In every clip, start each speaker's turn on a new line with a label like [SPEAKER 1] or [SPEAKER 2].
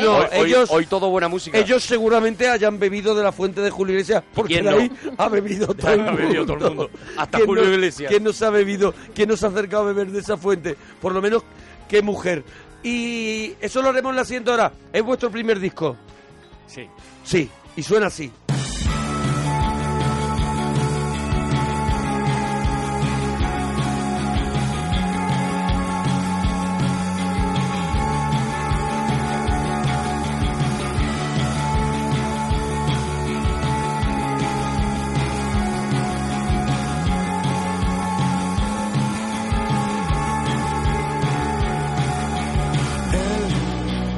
[SPEAKER 1] Pero
[SPEAKER 2] hoy, hoy-
[SPEAKER 1] ellos-
[SPEAKER 2] hoy todo buena música.
[SPEAKER 1] Ellos seguramente hayan bebido de la fuente de Julio Iglesias, porque
[SPEAKER 2] quién
[SPEAKER 1] de
[SPEAKER 2] no?
[SPEAKER 1] ahí ha bebido todo,
[SPEAKER 2] Ha
[SPEAKER 1] el, mundo.
[SPEAKER 2] bebido todo el mundo. Hasta
[SPEAKER 1] ¿Quién
[SPEAKER 2] Julio
[SPEAKER 1] no-
[SPEAKER 2] Iglesias.
[SPEAKER 1] ¿Quién nos ha bebido? ¿Quién nos ha acercado a beber de esa fuente? Por lo menos, qué mujer. Y eso lo haremos en la siguiente hora. ¿Es vuestro primer disco?
[SPEAKER 2] Sí.
[SPEAKER 1] Sí, y suena así.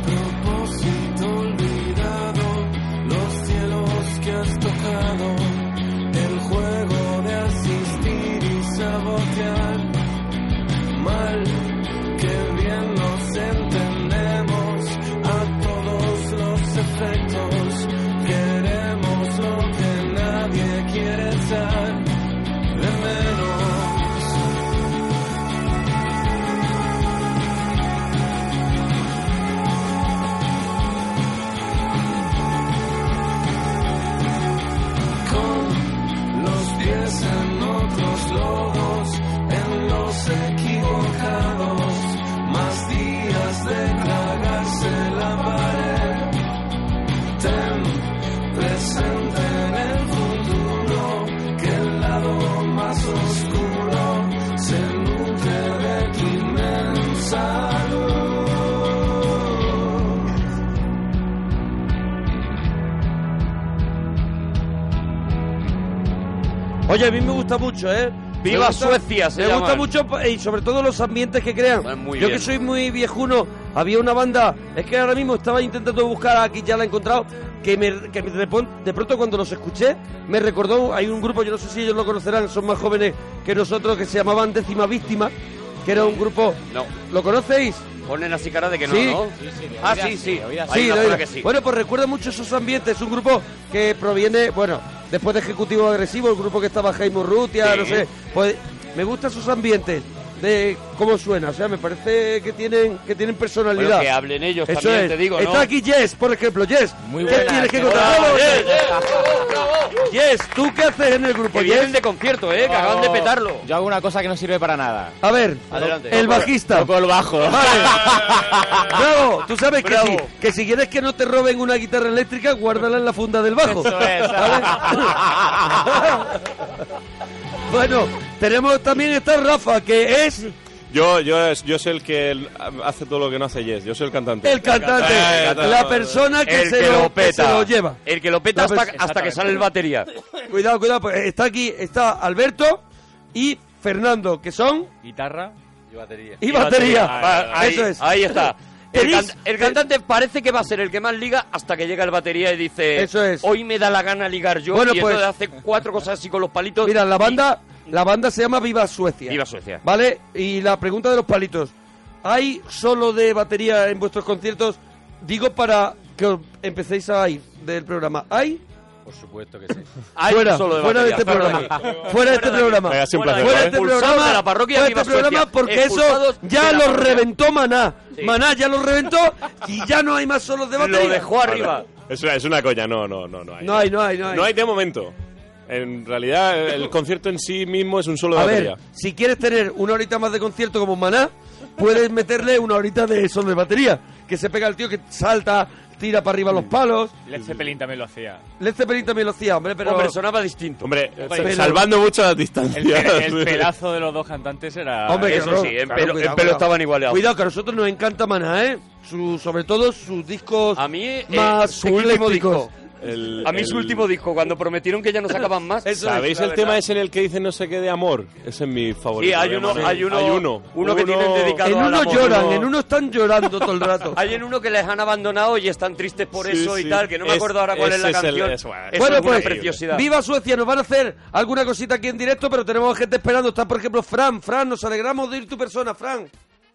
[SPEAKER 3] propósito olvidado, los cielos que has tocado, el juego de asistir y sabotear, mal que bien nos entendemos a todos los efectos, queremos lo que nadie quiere estar de menos. con los pies en otros logos, en los equivocados, más días de tragarse la pared. Ten presente en el futuro que el lado más oscuro se nutre de tu inmensa luz.
[SPEAKER 1] Oye, a mí me gusta mucho, ¿eh? Me
[SPEAKER 2] Viva
[SPEAKER 1] gusta-
[SPEAKER 2] Suecia, se
[SPEAKER 1] Me gusta
[SPEAKER 2] llaman.
[SPEAKER 1] mucho pa- y sobre todo los ambientes que crean.
[SPEAKER 2] Van muy
[SPEAKER 1] Yo
[SPEAKER 2] bien.
[SPEAKER 1] que soy muy viejuno, había una banda, es que ahora mismo estaba intentando buscar, aquí ya la he encontrado, que, me, que me repon- de pronto cuando los escuché me recordó, hay un grupo, yo no sé si ellos lo conocerán, son más jóvenes que nosotros, que se llamaban Décima Víctima, que era un grupo...
[SPEAKER 2] No.
[SPEAKER 1] ¿Lo conocéis?
[SPEAKER 2] Ponen así cara de que no,
[SPEAKER 1] Sí.
[SPEAKER 2] ¿no? ah, sí, sí. Hay
[SPEAKER 1] Sí,
[SPEAKER 2] una
[SPEAKER 1] lo
[SPEAKER 2] zona
[SPEAKER 1] digo.
[SPEAKER 2] que sí.
[SPEAKER 1] Bueno, pues recuerda mucho esos ambientes. Es un grupo que proviene, bueno, después de Ejecutivo Agresivo, el grupo que estaba Jaime Urrutia,
[SPEAKER 2] Sí.
[SPEAKER 1] no sé. Pues me gustan esos ambientes de cómo suena. O sea, me parece que tienen, que tienen
[SPEAKER 2] Bueno,
[SPEAKER 1] personalidad.
[SPEAKER 2] que hablen ellos
[SPEAKER 1] Eso
[SPEAKER 2] también,
[SPEAKER 1] es.
[SPEAKER 2] te digo,
[SPEAKER 1] Está
[SPEAKER 2] ¿no?
[SPEAKER 1] aquí Jess, por ejemplo. Jess,
[SPEAKER 4] Muy
[SPEAKER 1] ¿qué
[SPEAKER 4] buenas,
[SPEAKER 1] tienes que
[SPEAKER 4] hola,
[SPEAKER 1] contar? ¡Bravo,
[SPEAKER 2] Jess,
[SPEAKER 1] Jess! Jess, ¿tú qué haces en el grupo,
[SPEAKER 2] Que
[SPEAKER 1] Jess?
[SPEAKER 2] vienen de concierto, ¿eh? Que acaban de petarlo.
[SPEAKER 4] Yo hago una cosa que no sirve para nada.
[SPEAKER 1] A ver,
[SPEAKER 2] Adelante.
[SPEAKER 1] el bajista.
[SPEAKER 4] Toco el bajo.
[SPEAKER 1] Bravo, tú sabes que
[SPEAKER 2] Bravo.
[SPEAKER 1] si, que si quieres que no te roben una guitarra eléctrica, guárdala en la funda del bajo.
[SPEAKER 4] Eso es.
[SPEAKER 1] ¿Sabes? bueno, tenemos también está Rafa, que es
[SPEAKER 5] Yo, yo, yo soy el que hace todo lo que no hace Yes. Yo soy el cantante.
[SPEAKER 1] el cantante,
[SPEAKER 5] Eh, el
[SPEAKER 1] la
[SPEAKER 5] cantante.
[SPEAKER 1] persona que,
[SPEAKER 2] el
[SPEAKER 1] se,
[SPEAKER 2] que
[SPEAKER 1] lo,
[SPEAKER 2] lo
[SPEAKER 1] que se
[SPEAKER 2] peta.
[SPEAKER 1] lo lleva. pues,
[SPEAKER 2] El que lo peta
[SPEAKER 1] La
[SPEAKER 2] hasta,
[SPEAKER 1] pers-
[SPEAKER 2] hasta que sale el batería.
[SPEAKER 1] Cuidado, cuidado, pues, está aquí, está Alberto y Fernando, que son
[SPEAKER 4] Guitarra y batería.
[SPEAKER 1] y, batería.
[SPEAKER 2] Va, Ahí,
[SPEAKER 1] Eso es.
[SPEAKER 2] ahí está. El,
[SPEAKER 1] Tenéis-
[SPEAKER 2] can- el cantante parece que va a ser el que más liga hasta que llega el batería y dice
[SPEAKER 1] Eso es.
[SPEAKER 2] hoy me da la gana ligar yo
[SPEAKER 1] Bueno,
[SPEAKER 2] y
[SPEAKER 1] pues-
[SPEAKER 2] entonces hace cuatro cosas así con los palitos.
[SPEAKER 1] Mira, la banda, la banda se llama Viva Suecia.
[SPEAKER 2] Viva Suecia.
[SPEAKER 1] Vale, y la pregunta de los palitos. ¿Hay solo de batería en vuestros conciertos? Digo para que os empecéis a ir del programa. ¿Hay?
[SPEAKER 4] Por supuesto que sí.
[SPEAKER 2] Hay
[SPEAKER 1] fuera,
[SPEAKER 2] solo de
[SPEAKER 1] fuera de este
[SPEAKER 2] batería.
[SPEAKER 1] programa. Fuera de este
[SPEAKER 2] aquí.
[SPEAKER 1] programa.
[SPEAKER 5] Venga, ha sido un placer,
[SPEAKER 1] Fuera de
[SPEAKER 5] ¿eh?
[SPEAKER 1] este
[SPEAKER 2] Expulsados
[SPEAKER 1] programa.
[SPEAKER 2] de la parroquia,
[SPEAKER 1] fuera de
[SPEAKER 2] viva
[SPEAKER 1] este programa
[SPEAKER 2] Suecia.
[SPEAKER 1] porque eso
[SPEAKER 2] Expulsados
[SPEAKER 1] ya
[SPEAKER 2] de la
[SPEAKER 1] lo
[SPEAKER 2] parroquia.
[SPEAKER 1] reventó Maná.
[SPEAKER 2] Sí.
[SPEAKER 1] Maná ya lo reventó y ya no hay más solos de batería.
[SPEAKER 2] Lo dejó arriba.
[SPEAKER 5] Es una, es una coña, no, no, no, no hay.
[SPEAKER 1] No hay, no hay, no hay.
[SPEAKER 5] No hay de momento. En realidad, el concierto en sí mismo es un solo de
[SPEAKER 1] A
[SPEAKER 5] batería.
[SPEAKER 1] ver, si quieres tener una horita más de concierto como Maná, puedes meterle una horita de solo de batería. Que se pega el tío que salta, tira para arriba los palos.
[SPEAKER 4] Mm. Led Zeppelin también lo hacía.
[SPEAKER 1] Led Zeppelin también lo hacía, hombre, pero...
[SPEAKER 2] Hombre, sonaba distinto.
[SPEAKER 5] Hombre,
[SPEAKER 1] Pero-
[SPEAKER 5] salvando mucho las
[SPEAKER 4] El, pe-
[SPEAKER 5] distancias.
[SPEAKER 4] el pelazo de los dos cantantes era.
[SPEAKER 1] Hombre, que
[SPEAKER 2] eso
[SPEAKER 1] no.
[SPEAKER 2] sí, en
[SPEAKER 1] Claro,
[SPEAKER 2] pelo- en
[SPEAKER 1] cuidado,
[SPEAKER 2] pelo
[SPEAKER 1] cuidado.
[SPEAKER 2] estaban igualados.
[SPEAKER 1] Cuidado, que a nosotros nos encanta Maná, ¿eh? Su- sobre todo sus discos
[SPEAKER 2] A mí, eh,
[SPEAKER 1] más
[SPEAKER 2] su último
[SPEAKER 1] eclécticos.
[SPEAKER 2] disco.
[SPEAKER 5] El-
[SPEAKER 2] A mí su
[SPEAKER 5] el-
[SPEAKER 2] último disco, cuando prometieron que ya no sacaban más.
[SPEAKER 1] Eso es,
[SPEAKER 5] ¿Sabéis
[SPEAKER 1] la
[SPEAKER 5] el
[SPEAKER 1] verdad.
[SPEAKER 5] tema ese en el que dicen no sé qué de amor? Ese es mi favorito.
[SPEAKER 2] Sí, hay
[SPEAKER 5] de
[SPEAKER 2] uno-
[SPEAKER 5] amor.
[SPEAKER 2] hay uno-
[SPEAKER 5] uno.
[SPEAKER 2] uno que tienen dedicado-
[SPEAKER 1] En
[SPEAKER 2] Cada
[SPEAKER 1] uno
[SPEAKER 2] álamo,
[SPEAKER 1] lloran,
[SPEAKER 2] uno-
[SPEAKER 1] en uno están llorando todo el rato.
[SPEAKER 2] Hay en uno que les han abandonado y están tristes por
[SPEAKER 5] Sí,
[SPEAKER 2] eso y
[SPEAKER 5] sí.
[SPEAKER 2] tal, que no me
[SPEAKER 5] Es-
[SPEAKER 2] acuerdo ahora cuál es
[SPEAKER 5] ese
[SPEAKER 2] la
[SPEAKER 5] es el-
[SPEAKER 2] canción.
[SPEAKER 5] es- bueno,
[SPEAKER 2] Eso
[SPEAKER 1] Bueno,
[SPEAKER 2] es una
[SPEAKER 1] pues,
[SPEAKER 2] preciosidad.
[SPEAKER 1] Viva Suecia, nos van a hacer alguna cosita aquí en directo, pero tenemos gente esperando. Está, por ejemplo, Fran. Fran, nos alegramos de ir tu persona, Fran.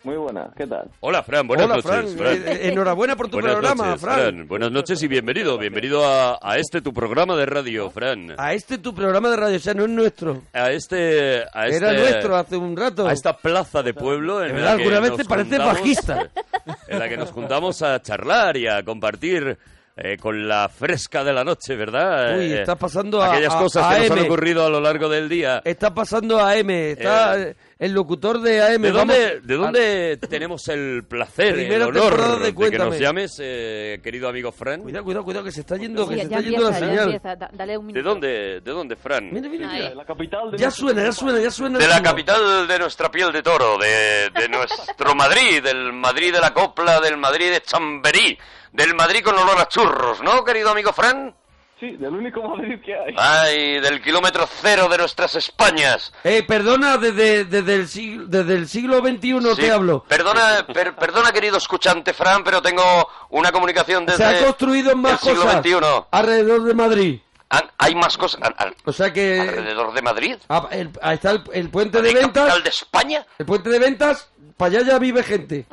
[SPEAKER 6] Muy buenas, ¿qué tal?
[SPEAKER 2] Hola, Fran, buenas
[SPEAKER 1] Hola,
[SPEAKER 2] noches.
[SPEAKER 1] Fran. Eh, enhorabuena por tu programa,
[SPEAKER 2] noches,
[SPEAKER 1] Fran.
[SPEAKER 2] Buenas noches y bienvenido. Bienvenido a, a este tu programa de radio, Fran.
[SPEAKER 1] A este tu programa de radio, o sea, no es nuestro.
[SPEAKER 2] A este. A
[SPEAKER 1] Era
[SPEAKER 2] este-
[SPEAKER 1] nuestro hace un rato.
[SPEAKER 2] A esta plaza de pueblo en
[SPEAKER 1] De
[SPEAKER 2] la
[SPEAKER 1] verdad,
[SPEAKER 2] que
[SPEAKER 1] alguna vez
[SPEAKER 2] nos
[SPEAKER 1] te parece
[SPEAKER 2] juntamos-
[SPEAKER 1] bajista.
[SPEAKER 2] en la que nos juntamos a charlar y a compartir eh, con la fresca de la noche, ¿verdad?
[SPEAKER 1] Uy,
[SPEAKER 2] Eh,
[SPEAKER 1] está pasando a-
[SPEAKER 2] aquellas
[SPEAKER 1] a-
[SPEAKER 2] cosas
[SPEAKER 1] a
[SPEAKER 2] que nos han
[SPEAKER 1] AM.
[SPEAKER 2] ocurrido a lo largo del día.
[SPEAKER 1] Está pasando a AM, está
[SPEAKER 2] Eh,
[SPEAKER 1] el locutor de AM.
[SPEAKER 2] ¿De
[SPEAKER 1] vamos-
[SPEAKER 2] dónde, de dónde tenemos el placer, el
[SPEAKER 1] Primera
[SPEAKER 2] honor
[SPEAKER 1] temporada de
[SPEAKER 2] de, que nos
[SPEAKER 1] Cuéntame.
[SPEAKER 2] llames, eh, querido amigo Fran?
[SPEAKER 1] Cuidado, cuidado, cuidado, que se está yendo, que
[SPEAKER 7] Sí,
[SPEAKER 1] se está
[SPEAKER 7] ya
[SPEAKER 1] yendo la
[SPEAKER 7] empieza, ya
[SPEAKER 1] señal.
[SPEAKER 7] empieza. Da- Dale un
[SPEAKER 2] ¿De
[SPEAKER 7] minuto.
[SPEAKER 2] dónde, de dónde, Fran?
[SPEAKER 1] Mira, mira, mira.
[SPEAKER 7] Ahí.
[SPEAKER 6] La capital de
[SPEAKER 1] Ya suena, ya suena, ya suena.
[SPEAKER 2] De la
[SPEAKER 1] el ritmo.
[SPEAKER 2] capital de nuestra piel de toro, de, de nuestro Madrid, del Madrid de la copla, del Madrid de Chamberí, del Madrid con olor a churros, ¿no, querido amigo Fran?
[SPEAKER 6] Sí, del único Madrid que hay.
[SPEAKER 2] Ay, del kilómetro cero de nuestras Españas.
[SPEAKER 1] Eh, perdona, desde, desde, el siglo, desde el siglo XXI
[SPEAKER 2] Sí,
[SPEAKER 1] te hablo.
[SPEAKER 2] Perdona, per- perdona, querido escuchante Fran, pero tengo una comunicación desde
[SPEAKER 1] se ha construido más
[SPEAKER 2] el siglo
[SPEAKER 1] cosas
[SPEAKER 2] XXI.
[SPEAKER 1] alrededor de Madrid.
[SPEAKER 2] Ah, Hay más cosas al- al-
[SPEAKER 1] O sea que
[SPEAKER 2] alrededor de Madrid.
[SPEAKER 1] ah, el- ahí está el, el Eh, puente de
[SPEAKER 2] ¿De
[SPEAKER 1] ventas.
[SPEAKER 2] capital de España?
[SPEAKER 1] El puente de ventas, para allá ya vive gente.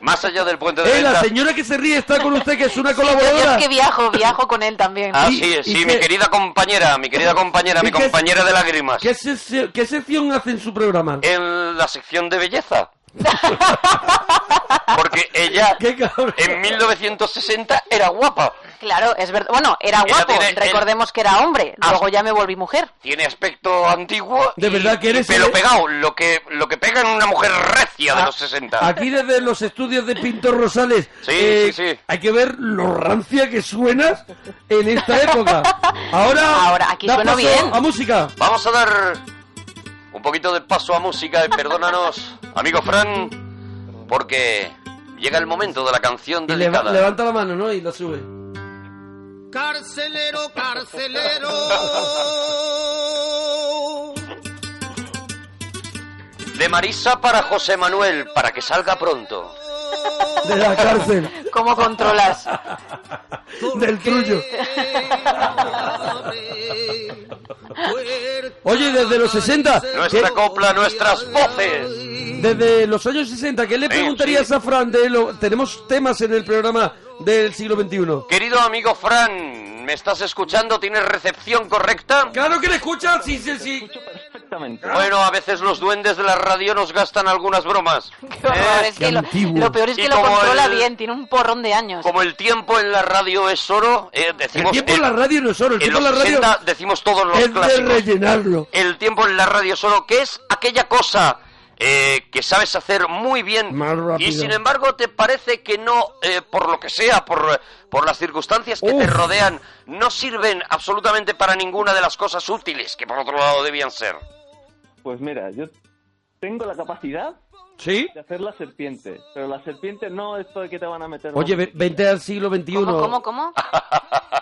[SPEAKER 2] Más allá del puente de
[SPEAKER 1] Eh, la
[SPEAKER 2] ventas.
[SPEAKER 1] señora que se ríe está con usted, que es una
[SPEAKER 8] Yo
[SPEAKER 1] colaboradora.
[SPEAKER 8] es que viajo, viajo con él también.
[SPEAKER 2] Ah,
[SPEAKER 1] ¿Y-
[SPEAKER 2] sí,
[SPEAKER 1] y
[SPEAKER 2] sí,
[SPEAKER 1] qué-
[SPEAKER 2] mi querida compañera, mi querida compañera,
[SPEAKER 1] ¿Y
[SPEAKER 2] mi
[SPEAKER 1] qué-
[SPEAKER 2] compañera de lágrimas.
[SPEAKER 1] ¿Qué, sec- qué sección hace en su programa?
[SPEAKER 2] Eh, En la sección de belleza. Porque ella
[SPEAKER 1] ¿Qué cabrón?
[SPEAKER 2] en 1960 era guapa.
[SPEAKER 8] Claro, es verdad. Bueno, era
[SPEAKER 2] Ella
[SPEAKER 8] guapo,
[SPEAKER 2] tiene el-
[SPEAKER 8] recordemos que era hombre,
[SPEAKER 2] Ah.
[SPEAKER 8] luego ya me volví mujer.
[SPEAKER 2] Tiene aspecto antiguo.
[SPEAKER 1] De
[SPEAKER 2] y-
[SPEAKER 1] verdad que
[SPEAKER 2] y
[SPEAKER 1] eres- Ah,
[SPEAKER 2] pelo pegado, lo que, lo que pega en una mujer recia de los 60.
[SPEAKER 1] Aquí desde los estudios de Pintor Rosales. eh,
[SPEAKER 2] Sí, sí, sí.
[SPEAKER 1] Hay que ver lo rancia que suenas en esta época. Ahora.
[SPEAKER 8] Ahora, aquí
[SPEAKER 1] da
[SPEAKER 8] sueno
[SPEAKER 1] paso
[SPEAKER 8] bien.
[SPEAKER 1] A música.
[SPEAKER 2] Vamos a dar un poquito de paso a música y perdónanos, amigo Fran, porque llega el momento de la canción
[SPEAKER 1] Y leva-
[SPEAKER 2] dedicada.
[SPEAKER 1] levanta la mano, ¿no? Y la sube.
[SPEAKER 9] Carcelero, carcelero.
[SPEAKER 2] De Marisa para José Manuel, para que salga pronto.
[SPEAKER 1] De la cárcel.
[SPEAKER 8] ¿Cómo controlas?
[SPEAKER 1] del truyo.
[SPEAKER 9] Puerta
[SPEAKER 1] Oye, desde los 60.
[SPEAKER 2] Nuestra
[SPEAKER 1] ¿qué-
[SPEAKER 2] copla, nuestras voces.
[SPEAKER 1] Desde los años 60, ¿qué le
[SPEAKER 2] Sí,
[SPEAKER 1] preguntarías
[SPEAKER 2] sí.
[SPEAKER 1] a Fran de lo- Tenemos temas en el programa del siglo XXI.
[SPEAKER 2] Querido amigo Fran, ¿me estás escuchando? ¿Tienes recepción correcta?
[SPEAKER 1] Claro que le escuchas, sí, sí, sí.
[SPEAKER 6] Perfectamente.
[SPEAKER 2] Bueno, a veces los duendes de la radio nos gastan algunas bromas.
[SPEAKER 8] Qué horror, es que lo,
[SPEAKER 1] antiguo.
[SPEAKER 8] lo peor es
[SPEAKER 2] Eh, Y
[SPEAKER 8] que lo
[SPEAKER 2] como
[SPEAKER 8] controla
[SPEAKER 2] el-
[SPEAKER 8] bien, tiene un porrón de años.
[SPEAKER 2] Como el tiempo en la radio es oro, eh,
[SPEAKER 1] El
[SPEAKER 2] decimos...
[SPEAKER 1] tiempo en la radio no es oro, el
[SPEAKER 2] en
[SPEAKER 1] tiempo
[SPEAKER 2] los
[SPEAKER 1] en la radio
[SPEAKER 2] 60 decimos todos los
[SPEAKER 1] es de
[SPEAKER 2] clásicos.
[SPEAKER 1] rellenarlo.
[SPEAKER 2] El tiempo en la radio es oro, que es aquella cosa eh, que sabes hacer muy bien
[SPEAKER 1] Más rápido.
[SPEAKER 2] y sin embargo te parece que no, eh, por lo que sea, por, por las circunstancias que te
[SPEAKER 1] Uf.
[SPEAKER 2] rodean, no sirven absolutamente para ninguna de las cosas útiles que por otro lado debían ser.
[SPEAKER 6] Pues mira, yo tengo la capacidad
[SPEAKER 1] ¿Sí?
[SPEAKER 6] de hacer la serpiente, pero la serpiente no es todo que te van a meter.
[SPEAKER 1] Oye, ve- vente al siglo XXI.
[SPEAKER 8] ¿Cómo, cómo, cómo?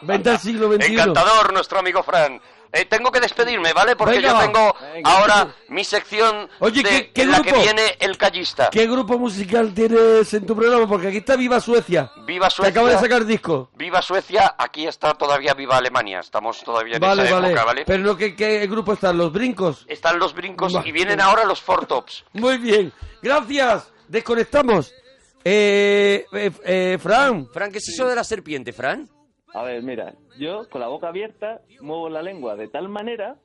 [SPEAKER 1] Vente al siglo XXI.
[SPEAKER 2] Encantador nuestro amigo Fran. Eh, tengo que despedirme, ¿vale? Porque
[SPEAKER 1] Venga.
[SPEAKER 2] yo tengo
[SPEAKER 6] Venga.
[SPEAKER 2] ahora mi sección
[SPEAKER 1] Oye,
[SPEAKER 2] de
[SPEAKER 1] ¿qué- qué
[SPEAKER 2] en la que
[SPEAKER 1] grupo?
[SPEAKER 2] viene el callista.
[SPEAKER 1] ¿Qué grupo musical tienes en tu programa? Porque aquí está Viva Suecia.
[SPEAKER 2] Viva
[SPEAKER 1] Te
[SPEAKER 2] Suecia.
[SPEAKER 1] acaba de sacar disco.
[SPEAKER 2] Viva Suecia, aquí está todavía viva Alemania. Estamos todavía en
[SPEAKER 1] Vale,
[SPEAKER 2] esa
[SPEAKER 1] vale.
[SPEAKER 2] época, ¿vale?
[SPEAKER 1] Pero no, ¿qué, ¿qué grupo están? ¿Los brincos?
[SPEAKER 2] Están los brincos
[SPEAKER 1] Va.
[SPEAKER 2] y vienen ahora los four tops.
[SPEAKER 1] Muy bien. Gracias. Desconectamos. Eh, eh, eh, Fran.
[SPEAKER 2] Fran, ¿qué es eso de la serpiente, Fran?
[SPEAKER 6] A ver, mira, yo con la boca abierta muevo la lengua de tal manera